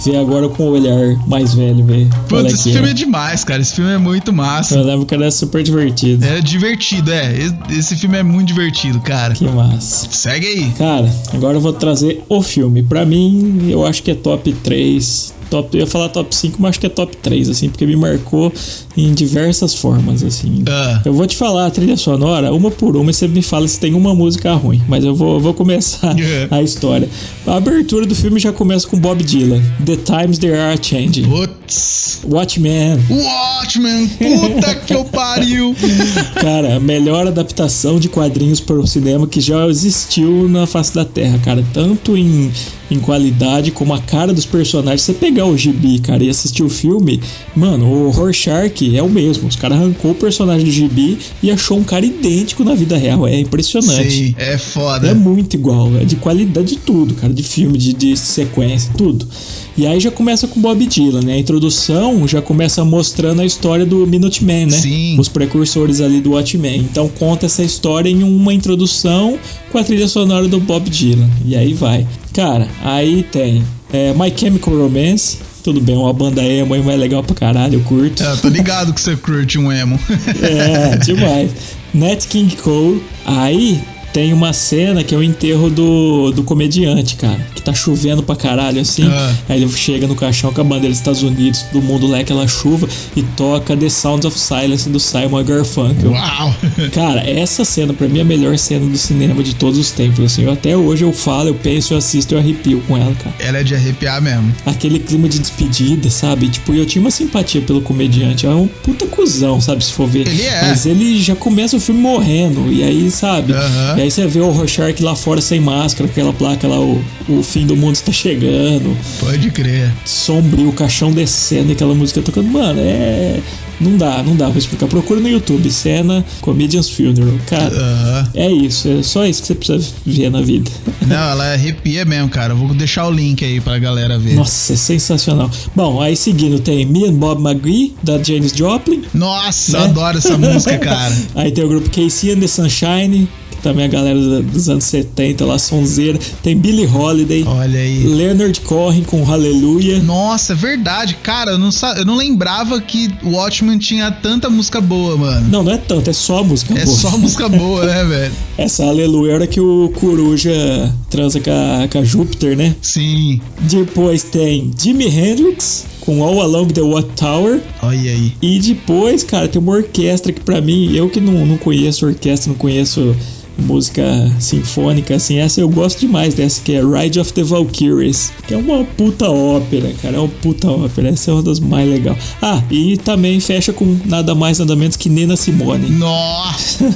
S2: ver agora com o olhar mais velho, ver. qual é
S1: Putz, esse
S2: que é.
S1: filme é demais, cara. Esse filme é muito massa.
S2: Eu lembro que era super divertido.
S1: É divertido, é. Esse- Esse filme é muito divertido, cara.
S2: Que massa.
S1: Segue aí.
S2: Cara, agora eu vou trazer o filme. Pra mim, eu acho que é top 3. Top, eu ia falar top 5, mas acho que é top 3, assim, porque me marcou em diversas formas, assim.
S1: Ah.
S2: Eu vou te falar a trilha sonora, uma por uma, e você me fala se tem uma música ruim. Mas eu vou, eu vou começar
S1: É.
S2: a história. A abertura do filme já começa com Bob Dylan. The Times They Are Changing.
S1: Putz.
S2: Watchmen.
S1: Watchmen, puta
S2: [LAUGHS]
S1: que eu pariu.
S2: Cara, a melhor adaptação de quadrinhos para o cinema que já existiu na face da Terra, cara. Tanto em, em qualidade como a cara dos personagens. Você pegar o gibi, cara, e assistir o filme, mano, o Rorschach é o mesmo. Os caras arrancou o personagem do gibi e achou um cara idêntico na vida real. É impressionante.
S1: Sim, é
S2: É
S1: foda.
S2: muito igual, é de qualidade de tudo, cara, de filme, de, de sequência, tudo. E aí já começa com Bob Dylan, né? A introdução já começa mostrando a história do Minuteman, né?
S1: Sim.
S2: Os precursores ali do Watchmen. Então conta essa história em uma introdução com a trilha sonora do Bob Dylan. E aí vai. Cara, aí tem é, My Chemical Romance, Tudo bem, uma banda emo aí, mas é legal pra caralho, eu curto.
S1: É, tô ligado que você curte um
S2: [LAUGHS]
S1: emo.
S2: É, demais. Nat King Cole. Aí tem uma cena que é o enterro do, do comediante, cara. Que tá chovendo pra caralho, assim.
S1: Ah.
S2: Aí ele chega no caixão com a bandeira dos Estados Unidos, do mundo lá, aquela chuva, e toca The Sounds of Silence do Simon Garfunkel.
S1: Uau!
S2: Cara, essa cena pra mim é a melhor cena do cinema de todos os tempos, assim. Eu, até hoje eu falo, eu penso, eu assisto, eu arrepio com ela, cara
S1: Ela é de arrepiar mesmo.
S2: aquele clima de despedida, sabe? Tipo, eu tinha uma simpatia pelo comediante. É um puta cuzão, sabe? Se for ver.
S1: Ele é.
S2: Mas ele já começa o filme morrendo. E aí, sabe?
S1: Aham.
S2: E aí você vê o Rorschach lá fora sem máscara, aquela placa lá, o, o fim do mundo está chegando.
S1: Pode crer.
S2: Sombrio, o caixão descendo, aquela música tocando. Mano, é. Não dá, não dá pra explicar. Procura no YouTube, cena Comedian's Funeral. Cara,
S1: Aham.
S2: é isso. É só isso que você precisa ver na vida.
S1: Não, ela arrepia mesmo, cara. Eu Vou deixar o link aí pra galera ver.
S2: Nossa, é sensacional. Bom, aí seguindo tem Me and Bob McGee, da Janis Joplin.
S1: Nossa,
S2: Né?
S1: adoro essa
S2: [LAUGHS]
S1: música, cara.
S2: Aí tem o grupo Casey and the Sunshine, que também é a galera da- dos anos 70 lá, sonzeira. Tem Billie Holiday.
S1: Olha aí.
S2: Leonard Cohen com Hallelujah.
S1: Nossa, é verdade, cara. Eu não, sa- eu não lembrava que o Watchmen tinha tanta música boa, mano.
S2: Não, não é tanto, é só música
S1: É
S2: boa.
S1: só música boa, né, [LAUGHS] velho?
S2: Essa Aleluia era que o Coruja transa com a, com a Júpiter, né?
S1: Sim.
S2: Depois tem Jimi Hendrix com All Along the Watchtower.
S1: Olha aí.
S2: E depois, cara, tem uma orquestra que pra mim, eu que não, não conheço orquestra, não conheço música sinfônica, assim, essa eu gosto demais dessa, que é Ride of the Valkyries, que é uma puta ópera, cara, é uma puta ópera, essa é uma das mais legais. Ah, e também fecha com nada mais, nada menos que Nina Simone,
S1: Nossa,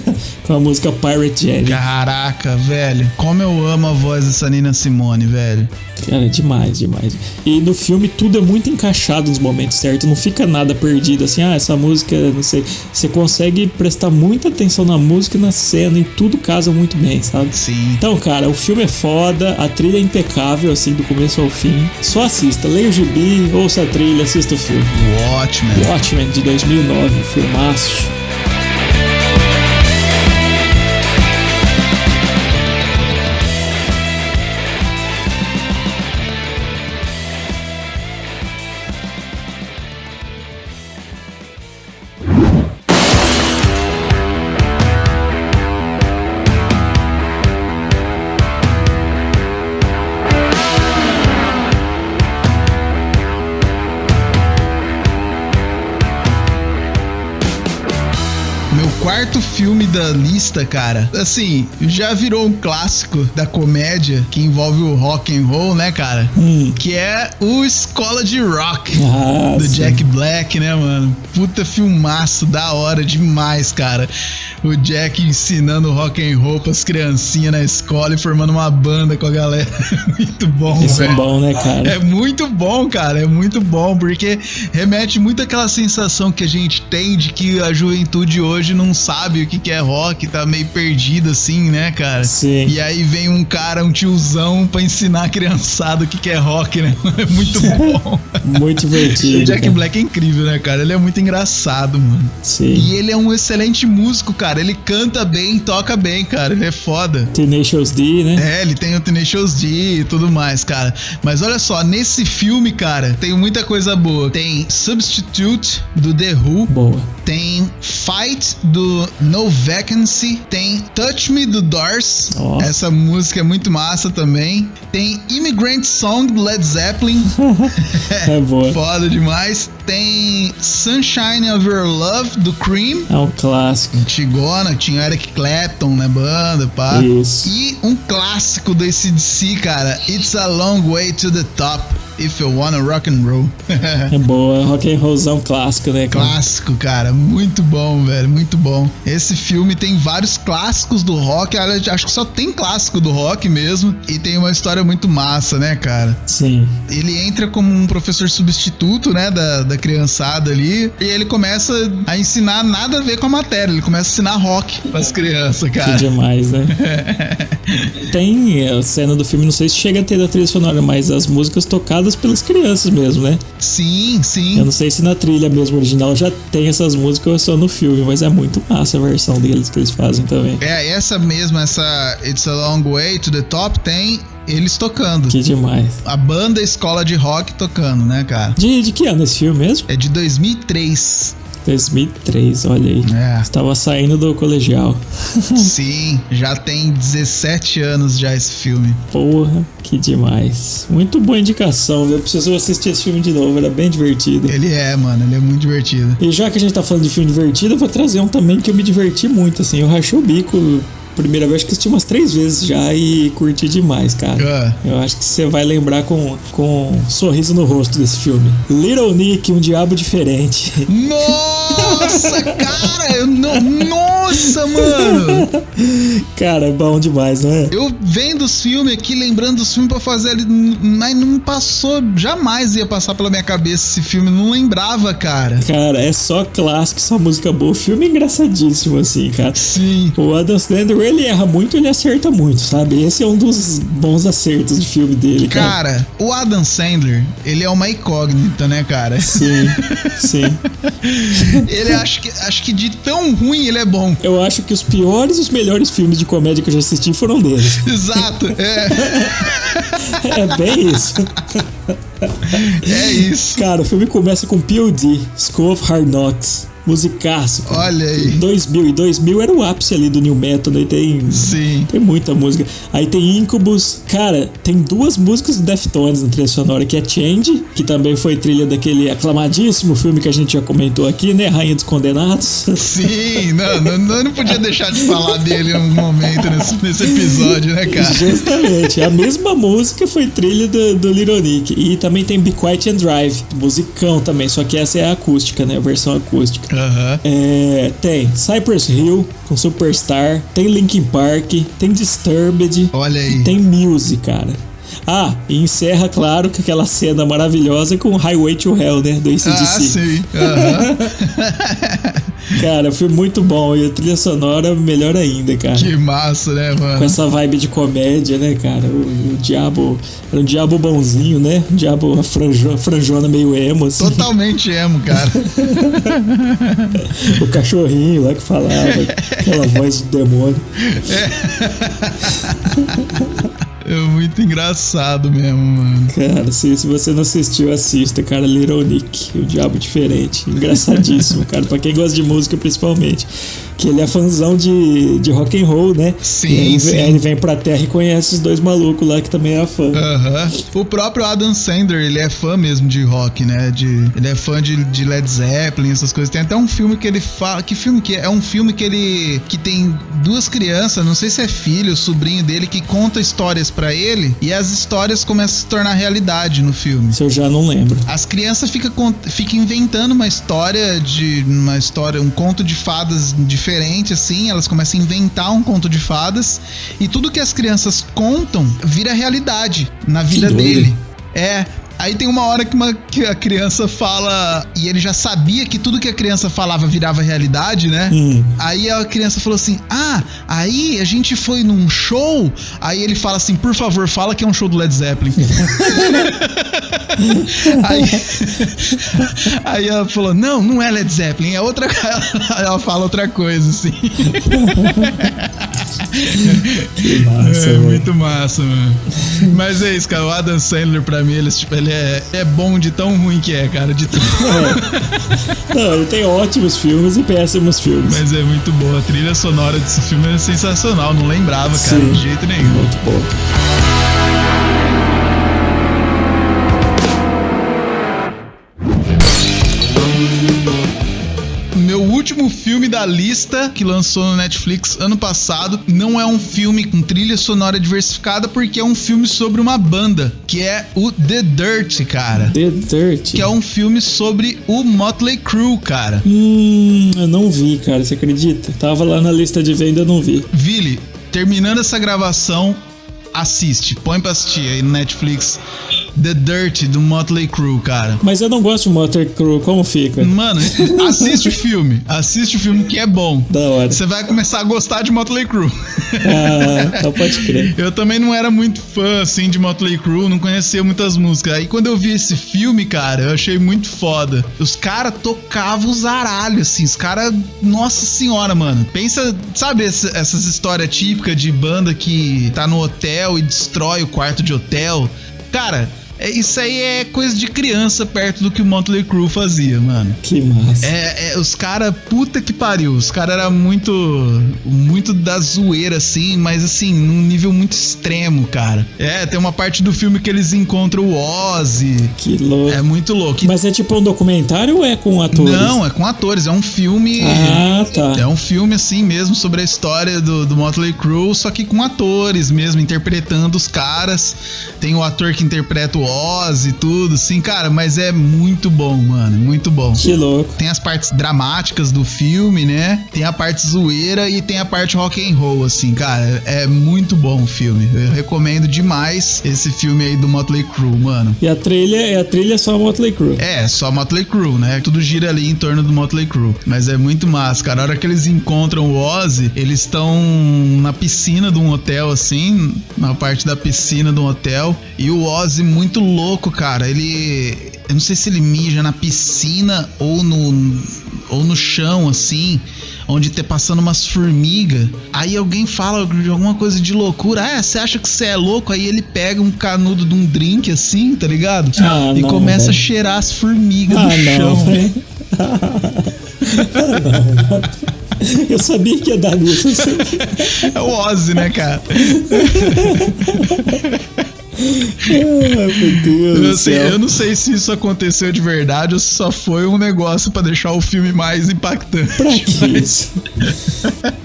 S2: com a música Pirate Jenny.
S1: caraca, velho. Como eu amo a voz dessa Nina Simone, velho.
S2: Cara, é demais, demais. E no filme tudo é muito encaixado nos momentos certos, não fica nada perdido assim, ah, essa música, não sei. Você consegue prestar muita atenção na música, e na cena, em tudo casa muito bem, sabe?
S1: Sim.
S2: Então, cara, o filme é foda, a trilha é impecável, assim, do começo ao fim. Só assista, leia o gibi, ouça a trilha, assista o filme.
S1: O Watchmen.
S2: Watchmen de 2009, filmaço.
S1: Meu quarto filme da lista, cara. Assim, já virou um clássico da comédia que envolve o rock and roll, né, cara?
S2: Hum.
S1: Que é o Escola de Rock.
S2: Ah,
S1: do
S2: sim.
S1: Jack Black, né, mano? Puta filmaço, da hora demais, cara. O Jack ensinando rock and roll pras criancinhas na escola e formando uma banda com a galera. [LAUGHS] Muito bom,
S2: Isso é
S1: velho.
S2: bom, né,
S1: É [LAUGHS]
S2: cara?
S1: muito bom, cara. É muito bom, porque remete muito àquela sensação que a gente tem de que a juventude hoje não sabe o que que é rock, tá meio perdida assim, né, cara?
S2: Sim.
S1: E aí vem um cara, um tiozão, pra ensinar a criançada o que que é rock, né? [LAUGHS] É muito bom.
S2: Muito divertido.
S1: o Jack
S2: cara.
S1: Black é incrível, né, cara? Ele é muito engraçado, mano.
S2: Sim.
S1: E ele é um excelente músico, cara. Ele canta bem, toca bem, cara. Ele é foda.
S2: Tenacious D, né?
S1: É, ele tem o Tenacious D e tudo mais, cara. Mas olha só, nesse filme, cara, tem muita coisa boa. Tem Substitute, do The Who.
S2: Boa.
S1: Tem Fight, do No Vacancy. Tem Touch Me, do Doors.
S2: Ó.
S1: Essa música é muito massa também. Tem Immigrant Song, do Led Zeppelin.
S2: É boa.
S1: Foda demais. Tem Sunshine of Your Love, do Cream.
S2: É um clássico.
S1: Antigona, tinha Eric Clapton na banda, pá.
S2: Isso.
S1: E um clássico do ACDC, cara. It's a long way to the top if you wanna rock and roll. [LAUGHS]
S2: É boa. Rock and rollzão clássico, né, cara?
S1: clássico, cara. Muito bom, velho. Muito bom. Esse filme tem vários clássicos do rock. aliás, Acho que só tem clássico do rock mesmo. E tem uma história muito massa, né, cara?
S2: Sim.
S1: Ele entra como um professor substituto, né, da, da criançada ali. E ele começa a ensinar nada a ver com a matéria. Ele começa a ensinar rock pras crianças,
S2: Que
S1: cara.
S2: demais, né? Tem a cena do filme, não sei se chega a ter da trilha sonora, mas as músicas tocadas cantadas pelas crianças mesmo, né?
S1: Sim,
S2: Eu
S1: sim.
S2: não sei se na trilha mesmo original já tem essas músicas ou é só no filme, mas é muito massa a versão deles que eles fazem também.
S1: É, essa mesma, essa It's a Long Way to the Top, tem eles tocando.
S2: Que demais.
S1: A banda escola de rock tocando, né, cara?
S2: De, de que ano esse filme mesmo?
S1: É de 2003.
S2: 2003, olha aí.
S1: É.
S2: Estava saindo do colegial.
S1: Sim, já tem 17 anos já esse filme.
S2: Porra, que demais. Muito boa indicação, viu? Eu preciso assistir esse filme de novo, era bem divertido.
S1: Ele é, mano, ele é muito divertido.
S2: E já que a gente tá falando de filme divertido, eu vou trazer um também que eu me diverti muito, assim. Eu rachei o bico primeira vez, acho que assisti umas três vezes já e curti demais, cara.
S1: Ah.
S2: Eu acho que você vai lembrar com, com um sorriso no rosto desse filme. Little Nick, um diabo diferente. [LAUGHS]
S1: Nossa, cara! eu não- nossa, mano!
S2: cara, é bom demais, não é?
S1: Eu vendo os filmes aqui, lembrando dos filmes pra fazer ali, n- mas não passou, jamais ia passar pela minha cabeça esse filme, não lembrava, cara.
S2: Cara, é só clássico, só música boa. O filme é engraçadíssimo, assim, cara.
S1: Sim.
S2: O Adam Sandler, ele erra muito, ele acerta muito, sabe? Esse é um dos bons acertos de filme dele, cara.
S1: Cara, o Adam Sandler, ele é uma incógnita, né, cara?
S2: Sim, sim.
S1: Ele acho que, acho que de tão ruim ele é bom. [LAUGHS]
S2: Eu acho que os piores e os melhores filmes de comédia que eu já assisti foram deles.
S1: Exato, é,
S2: É bem isso.
S1: é isso.
S2: Cara, o filme começa com P.O.D., School of Hard Knocks, musicaço. cara.
S1: Olha aí.
S2: 2000 e 2000 era o ápice ali do New Metal, daí tem...
S1: Sim.
S2: Tem muita música. Aí tem Incubus. Cara, tem duas músicas do Deftones na trilha sonora, que é Change, que também foi trilha daquele aclamadíssimo filme que a gente já comentou aqui, né? Rainha dos Condenados. [LAUGHS]
S1: Sim, não, não, não, não podia deixar de falar dele em algum momento nesse, nesse episódio, né, cara?
S2: Justamente, a mesma música foi trilha do, do Little Nick. E também tem Be Quiet and Drive, musicão também, só que essa é a acústica, né? A versão acústica.
S1: Aham.
S2: É, tem Cypress Hill com Superstar, tem Linkin Park, tem Disturbed,
S1: Olha aí.
S2: tem Muse, cara. Ah, e encerra, claro, com aquela cena maravilhosa com Highway to Hell, né? Do ACDC.
S1: Ah, sim. Aham.
S2: Cara, foi muito bom. E a trilha sonora, melhor ainda, cara.
S1: Que massa, né,
S2: com
S1: mano?
S2: essa vibe de comédia, né, cara? O, o diabo era um diabo bonzinho, né? Um diabo franjo, franjona meio emo, assim.
S1: Totalmente emo, cara.
S2: O tipo cachorrinho lá que
S1: [LAUGHS]
S2: falava, aquela voz de demônio.
S1: É muito engraçado mesmo, mano.
S2: Cara, se, se você não assistiu, assista, cara. Little Nick, o diabo
S1: [LAUGHS]
S2: diferente. Engraçadíssimo, cara. Pra quem gosta de música, principalmente. Que ele é fãzão de, de rock and roll, né?
S1: Sim,
S2: E aí ele,
S1: sim.
S2: Vem, aí ele vem pra terra e conhece os dois malucos lá que também era fã.
S1: Aham. O próprio Adam Sandler, ele é fã mesmo de rock, né? De, ele é fã de, de Led Zeppelin, essas coisas. Tem até um filme que ele fala. Que filme que é? É um filme que ele. que tem duas crianças, não sei se é filho, sobrinho dele, que conta histórias pra ele e as histórias começam a se tornar realidade no filme.
S2: Isso eu já não lembro.
S1: As crianças ficam fica inventando uma história de uma história, um conto de fadas diferente assim, elas começam a inventar um conto de fadas e tudo que as crianças contam vira realidade na vida
S2: doido.
S1: dele. É, aí tem uma hora que, uma, que a criança fala e ele já sabia que tudo que a criança falava virava realidade, né?
S2: Hum.
S1: Aí a criança falou assim: "Ah, aí a gente foi num show". Aí ele fala assim: "Por favor, fala que é um show do Led Zeppelin". [LAUGHS] Aí, [LAUGHS] aí ela falou: Não, não é Led Zeppelin, é outra. [LAUGHS] co-" Ela fala outra coisa, assim.
S2: Que massa,
S1: é
S2: velho.
S1: muito massa, mano. Mas é isso, cara. O Adam Sandler, pra mim, ele, tipo, ele é, é bom de tão ruim que é, cara. De tão...
S2: É. Não, ele tem ótimos filmes e péssimos filmes.
S1: Mas é muito boa. A trilha sonora desse filme é sensacional. Não lembrava, cara,
S2: Sim.
S1: de jeito nenhum.
S2: Muito bom.
S1: Meu último filme da lista, que lançou no Netflix ano passado, não é um filme com trilha sonora diversificada, porque é um filme sobre uma banda, que é o The Dirt, cara.
S2: The Dirt.
S1: Que é um filme sobre o Motley Crue, cara.
S2: Hum, eu não vi, cara, você acredita? Tava lá na lista de venda, eu não vi.
S1: Vili, terminando essa gravação, assiste. Põe pra assistir aí no Netflix. The Dirt do Motley Crue, cara.
S2: Mas eu não gosto de Motor Crew, como fica?
S1: Mano, assiste o filme. Assiste o filme que é bom.
S2: Da
S1: [LAUGHS]
S2: hora.
S1: Você vai começar a gostar de Motley Crue.
S2: Ah, então pode crer.
S1: Eu também não era muito fã, assim, de Motley Crue, não conhecia muitas músicas. Aí quando eu vi esse filme, cara, eu achei muito foda. Os caras tocavam os aralhos, assim, os caras... Nossa senhora, mano. Pensa, sabe esse- essas histórias típicas de banda que tá no hotel e destrói o quarto de hotel? Cara... é- Isso aí é coisa de criança perto do que o Motley Crue fazia, mano.
S2: Que massa.
S1: É, é, os cara, puta que pariu, os cara era muito muito da zoeira assim, mas assim, num nível muito extremo, cara. É, tem uma parte do filme que eles encontram o Ozzy.
S2: Que louco.
S1: É muito louco. E-
S2: Mas é tipo um documentário ou é com atores?
S1: não, é com atores, é um filme
S2: Ah, tá.
S1: é um filme assim mesmo sobre a história do, do Motley Crue, só que com atores mesmo, interpretando os caras. Tem o ator que interpreta o Ozzy e tudo, assim, cara, mas é muito bom, mano, muito bom.
S2: Que louco.
S1: Tem as partes dramáticas do filme, né? Tem a parte zoeira e tem a parte rock and roll, assim, cara. É muito bom o filme. Eu recomendo demais esse filme aí do Motley Crue, mano.
S2: E a trilha, é a trilha só Motley Crue.
S1: É, só Motley Crue, né? Tudo gira ali em torno do Motley Crue. Mas é muito massa, cara. A hora que eles encontram o Ozzy, eles estão na piscina de um hotel, assim, na parte da piscina de um hotel. E o Ozzy, muito louco, cara. Ele. Eu não sei se ele mija na piscina ou no. Ou no chão, assim, onde tá passando umas formigas. Aí alguém fala de alguma coisa de loucura. Ah, você acha que você é louco? Aí ele pega um canudo de um drink, assim, tá ligado?
S2: Ah,
S1: e
S2: não,
S1: começa a
S2: velho.
S1: cheirar as formigas
S2: Ah,
S1: do chão. né?
S2: não. velho. [LAUGHS] ah, não. Eu sabia que ia dar nisso.
S1: É o Ozzy, né, cara?
S2: Ah, meu Deus
S1: Eu,
S2: [LAUGHS] do
S1: assim,
S2: céu.
S1: eu não sei se isso aconteceu de verdade ou se só foi um negócio pra deixar o filme mais impactante.
S2: Pra que isso?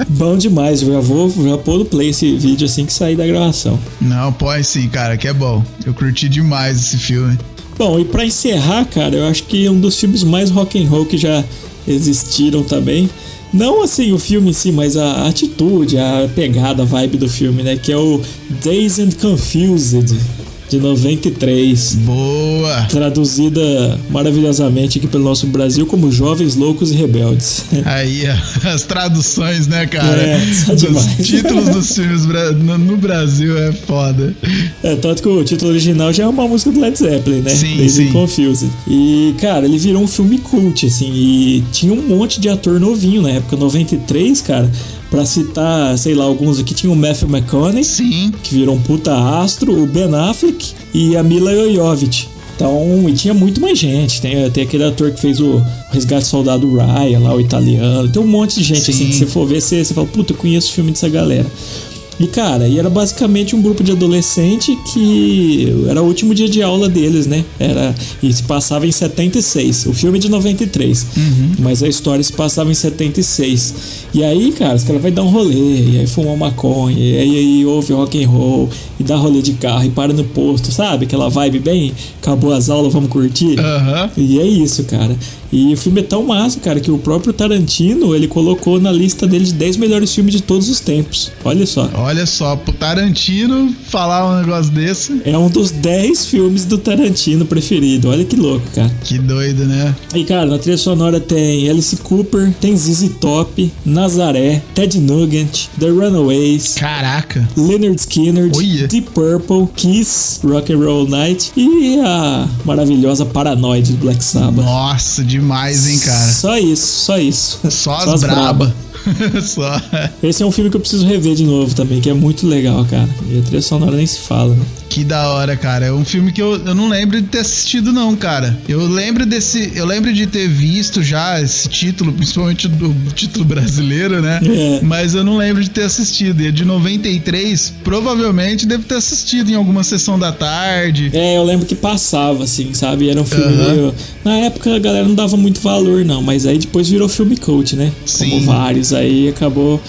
S2: Bom demais, eu já vou já pôr no play esse vídeo assim que sair da gravação.
S1: Não, põe sim, cara, que é bom. Eu curti demais esse filme.
S2: Bom, e pra encerrar, cara, eu acho que é um dos filmes mais rock and roll que já existiram também. Não assim o filme em si, mas a atitude, a pegada, a vibe do filme, né? Que é o Days and Confused, de 93.
S1: Boa!
S2: Traduzida maravilhosamente aqui pelo nosso Brasil como Jovens Loucos e Rebeldes. [LAUGHS]
S1: Aí, [LAUGHS] as traduções, né, cara?
S2: É, tá
S1: Os
S2: demais.
S1: [LAUGHS] títulos dos filmes bra- no, no Brasil é foda.
S2: É, tanto que o título original já é uma música do Led Zeppelin, né?
S1: Sim,
S2: Days
S1: sim.
S2: and Confused. E, cara, ele virou um filme cult, assim, e tinha um monte de ator novinho na época, 93, cara. Pra citar, sei lá, alguns aqui, tinha o Matthew McConaughey,
S1: Sim,
S2: que virou um puta astro, o Ben Affleck e a Mila Jovovich. Então, e tinha muito mais gente. Tem, tem aquele ator que fez o Resgate do Soldado Ryan, lá, o italiano. Tem um monte de gente,
S1: Sim.
S2: assim, que você for ver, você, você fala, puta, eu conheço o filme dessa galera. E, cara, e era basicamente um grupo de adolescente que era o último dia de aula deles, né? Era, e se passava em 76. O filme é de 93. Mas a história se passava em 76. E aí, cara, os caras vai dar um rolê, e aí fumar maconha, e aí, aí ouve rock and roll, e dá rolê de carro, e para no posto, sabe? Aquela vibe bem, acabou as aulas, vamos curtir.
S1: aham.
S2: E é isso, cara. E o filme é tão massa, cara, que o próprio Tarantino, ele colocou na lista dele de 10 melhores filmes de todos os tempos. Olha só.
S1: Olha só, pro Tarantino falar um negócio desse,
S2: É um dos 10 filmes do Tarantino preferido. Olha que louco, cara.
S1: que doido, né?
S2: E, cara, na trilha sonora tem Alice Cooper, tem ZZ Top, Nazaré, Ted Nugent, The Runaways,
S1: Caraca.
S2: Leonard Skinner,
S1: Olha.
S2: Deep Purple, Kiss, Rock and Roll Night e a maravilhosa Paranoid do Black Sabbath.
S1: Nossa, demais, hein, cara?
S2: Só isso, só isso.
S1: Só as, braba. [LAUGHS] Só.
S2: Esse é um filme que eu preciso rever de novo também, que é muito legal, cara. E a trilha sonora nem se fala, né?
S1: Que da hora, cara. É um filme que eu, eu não lembro de ter assistido, não, cara. Eu lembro desse. Eu lembro de ter visto já esse título, principalmente do título brasileiro, né?
S2: É.
S1: Mas eu não lembro de ter assistido. E é de 93, provavelmente devo ter assistido em alguma sessão da tarde.
S2: É, eu lembro que passava, assim, sabe? Era um filme
S1: Aham.
S2: meio... Na época a galera não dava muito valor, não. Mas aí depois virou filme cult, né?
S1: Sim.
S2: Como vários. Aí acabou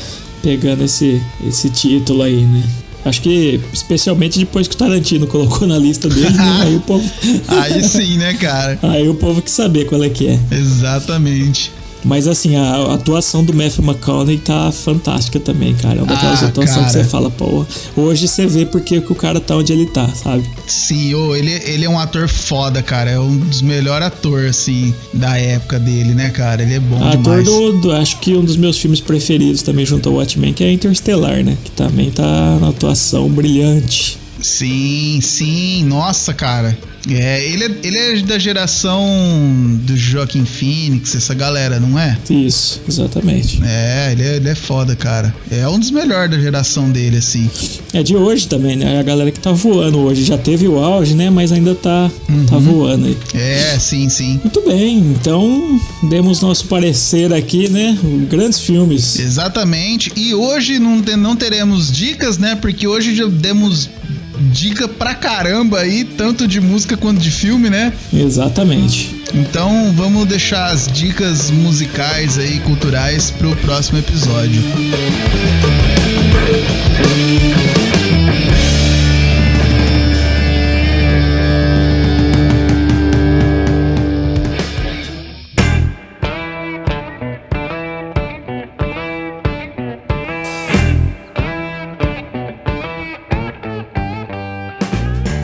S2: pegando esse, esse título aí, né? Acho que especialmente depois que o Tarantino colocou na lista dele, né?
S1: [LAUGHS]
S2: aí o povo...
S1: Aí sim, né, cara?
S2: aí o povo quis saber qual é que é.
S1: Exatamente.
S2: Mas assim, a, a atuação do Matthew McConaughey tá fantástica também, cara. É uma daquelas
S1: Ah,
S2: atuações que
S1: cara.
S2: você fala, pô, hoje você vê porque que o cara tá onde ele tá, sabe?
S1: Sim, ô, ele, ele é um ator foda, cara. É um dos melhores atores, assim, da época dele, né, cara? Ele é bom
S2: Ator
S1: demais.
S2: do, do- Ah, Acho que um dos meus filmes preferidos também junto ao Watchmen, que é Interstellar, né? Que também tá na atuação brilhante.
S1: Sim, sim, nossa, cara. É, ele, é, ele é da geração do Joaquim Phoenix, essa galera, não é?
S2: Isso, exatamente.
S1: É ele, é, ele é foda, cara. É um dos melhores da geração dele, assim.
S2: É de hoje também, né? A galera que tá voando hoje. Já teve o auge, né? Mas ainda tá,
S1: Uhum.
S2: tá voando aí.
S1: É, sim, sim.
S2: Muito bem, então demos nosso parecer aqui, né? Grandes filmes.
S1: Exatamente. E hoje não, te- não teremos dicas, né? Porque hoje já demos dica pra caramba aí, tanto de música quanto de filme, né?
S2: Exatamente.
S1: Então vamos deixar as dicas musicais aí, culturais, pro próximo episódio.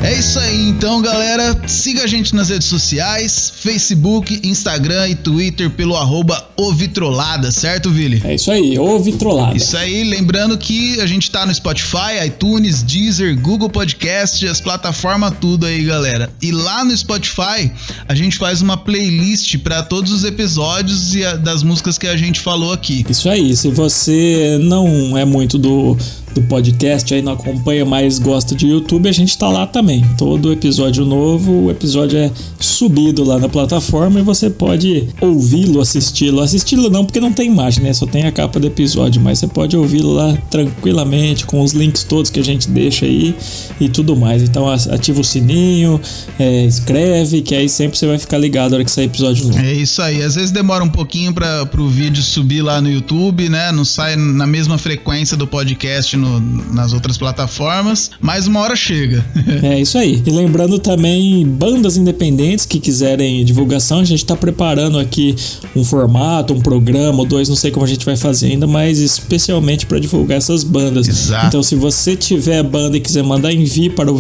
S1: É isso aí, então, galera. Siga a gente nas redes sociais, Facebook, Instagram e Twitter pelo arroba Ovitrolada, certo, Vili?
S2: É isso aí, houve trollada.
S1: Isso aí, lembrando que a gente tá no Spotify, iTunes, Deezer, Google Podcast, as plataformas tudo aí, galera. E lá no Spotify, a gente faz uma playlist pra todos os episódios e a- das músicas que a gente falou aqui.
S2: Isso aí, se você não é muito do, do podcast, aí não acompanha, mas gosta de YouTube, a gente tá lá também. Todo episódio novo, o episódio é subido lá na plataforma e você pode ouvi-lo, assisti-lo. Assisti-lo não, porque não tem imagem, né? Só tem a capa do episódio, mas você pode ouvi-lo lá tranquilamente, com os links todos que a gente deixa aí e tudo mais. Então a- ativa o sininho, é, escreve, que aí sempre você vai ficar ligado na hora que sair episódio novo.
S1: É isso aí. Às vezes demora um pouquinho para pro vídeo subir lá no YouTube, né? Não sai na mesma frequência do podcast no- nas outras plataformas, mas uma hora chega. [LAUGHS]
S2: É isso aí. E lembrando também, bandas independentes que quiserem divulgação, a gente tá preparando aqui um formato, um programa ou dois, não sei como a gente vai fazer ainda, mas especialmente para divulgar essas bandas.
S1: Exato.
S2: Então, se você tiver banda e quiser mandar, envie para o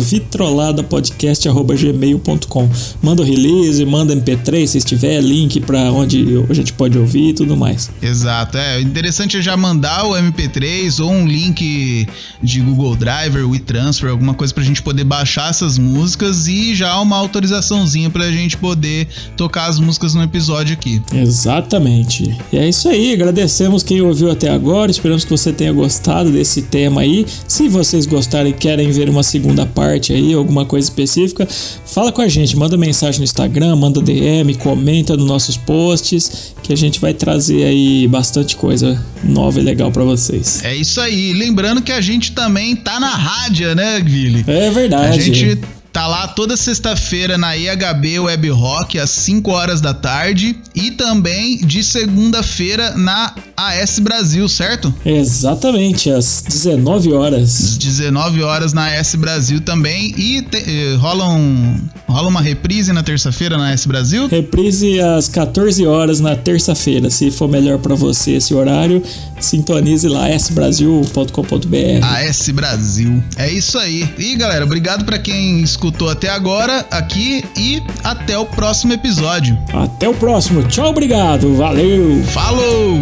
S2: vitroladapodcast.gmail.com. Manda o release, manda MP3 se tiver, link para onde a gente pode ouvir e tudo mais.
S1: Exato, é interessante é já mandar o MP3 ou um link de Google Drive, WeTransfer, alguma coisa pra gente poder baixar essas músicas e já uma autorizaçãozinha pra gente poder tocar as músicas no episódio aqui.
S2: Exatamente. E é isso aí. Agradecemos quem ouviu até agora. Esperamos que você tenha gostado desse tema aí. Se vocês gostarem e querem ver uma segunda parte aí, alguma coisa específica, fala com a gente. Manda mensagem no Instagram, manda DM, comenta nos nossos posts, que a gente vai trazer aí bastante coisa nova e legal pra vocês.
S1: É isso aí, lembrando que a gente também tá na rádio, né, Guilherme?
S2: É
S1: A
S2: verdade.
S1: gente tá lá toda sexta-feira na IHB Web Rock às 5 horas da tarde e também de segunda-feira na AS Brasil, certo?
S2: Exatamente, às 19 horas.
S1: às 19 horas na S Brasil também e te- eh, rola, um, rola uma reprise na terça-feira na S Brasil.
S2: Reprise às 14 horas na terça-feira. Se for melhor pra você esse horário, sintonize lá sbrasil.com.br.
S1: A S Brasil. É isso aí. E galera, obrigado pra quem escutou até agora aqui e até o próximo episódio.
S2: Até o próximo. Tchau, obrigado. Valeu.
S1: Falou!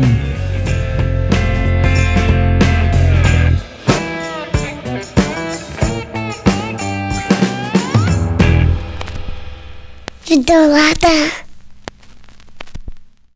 S6: Vidolada.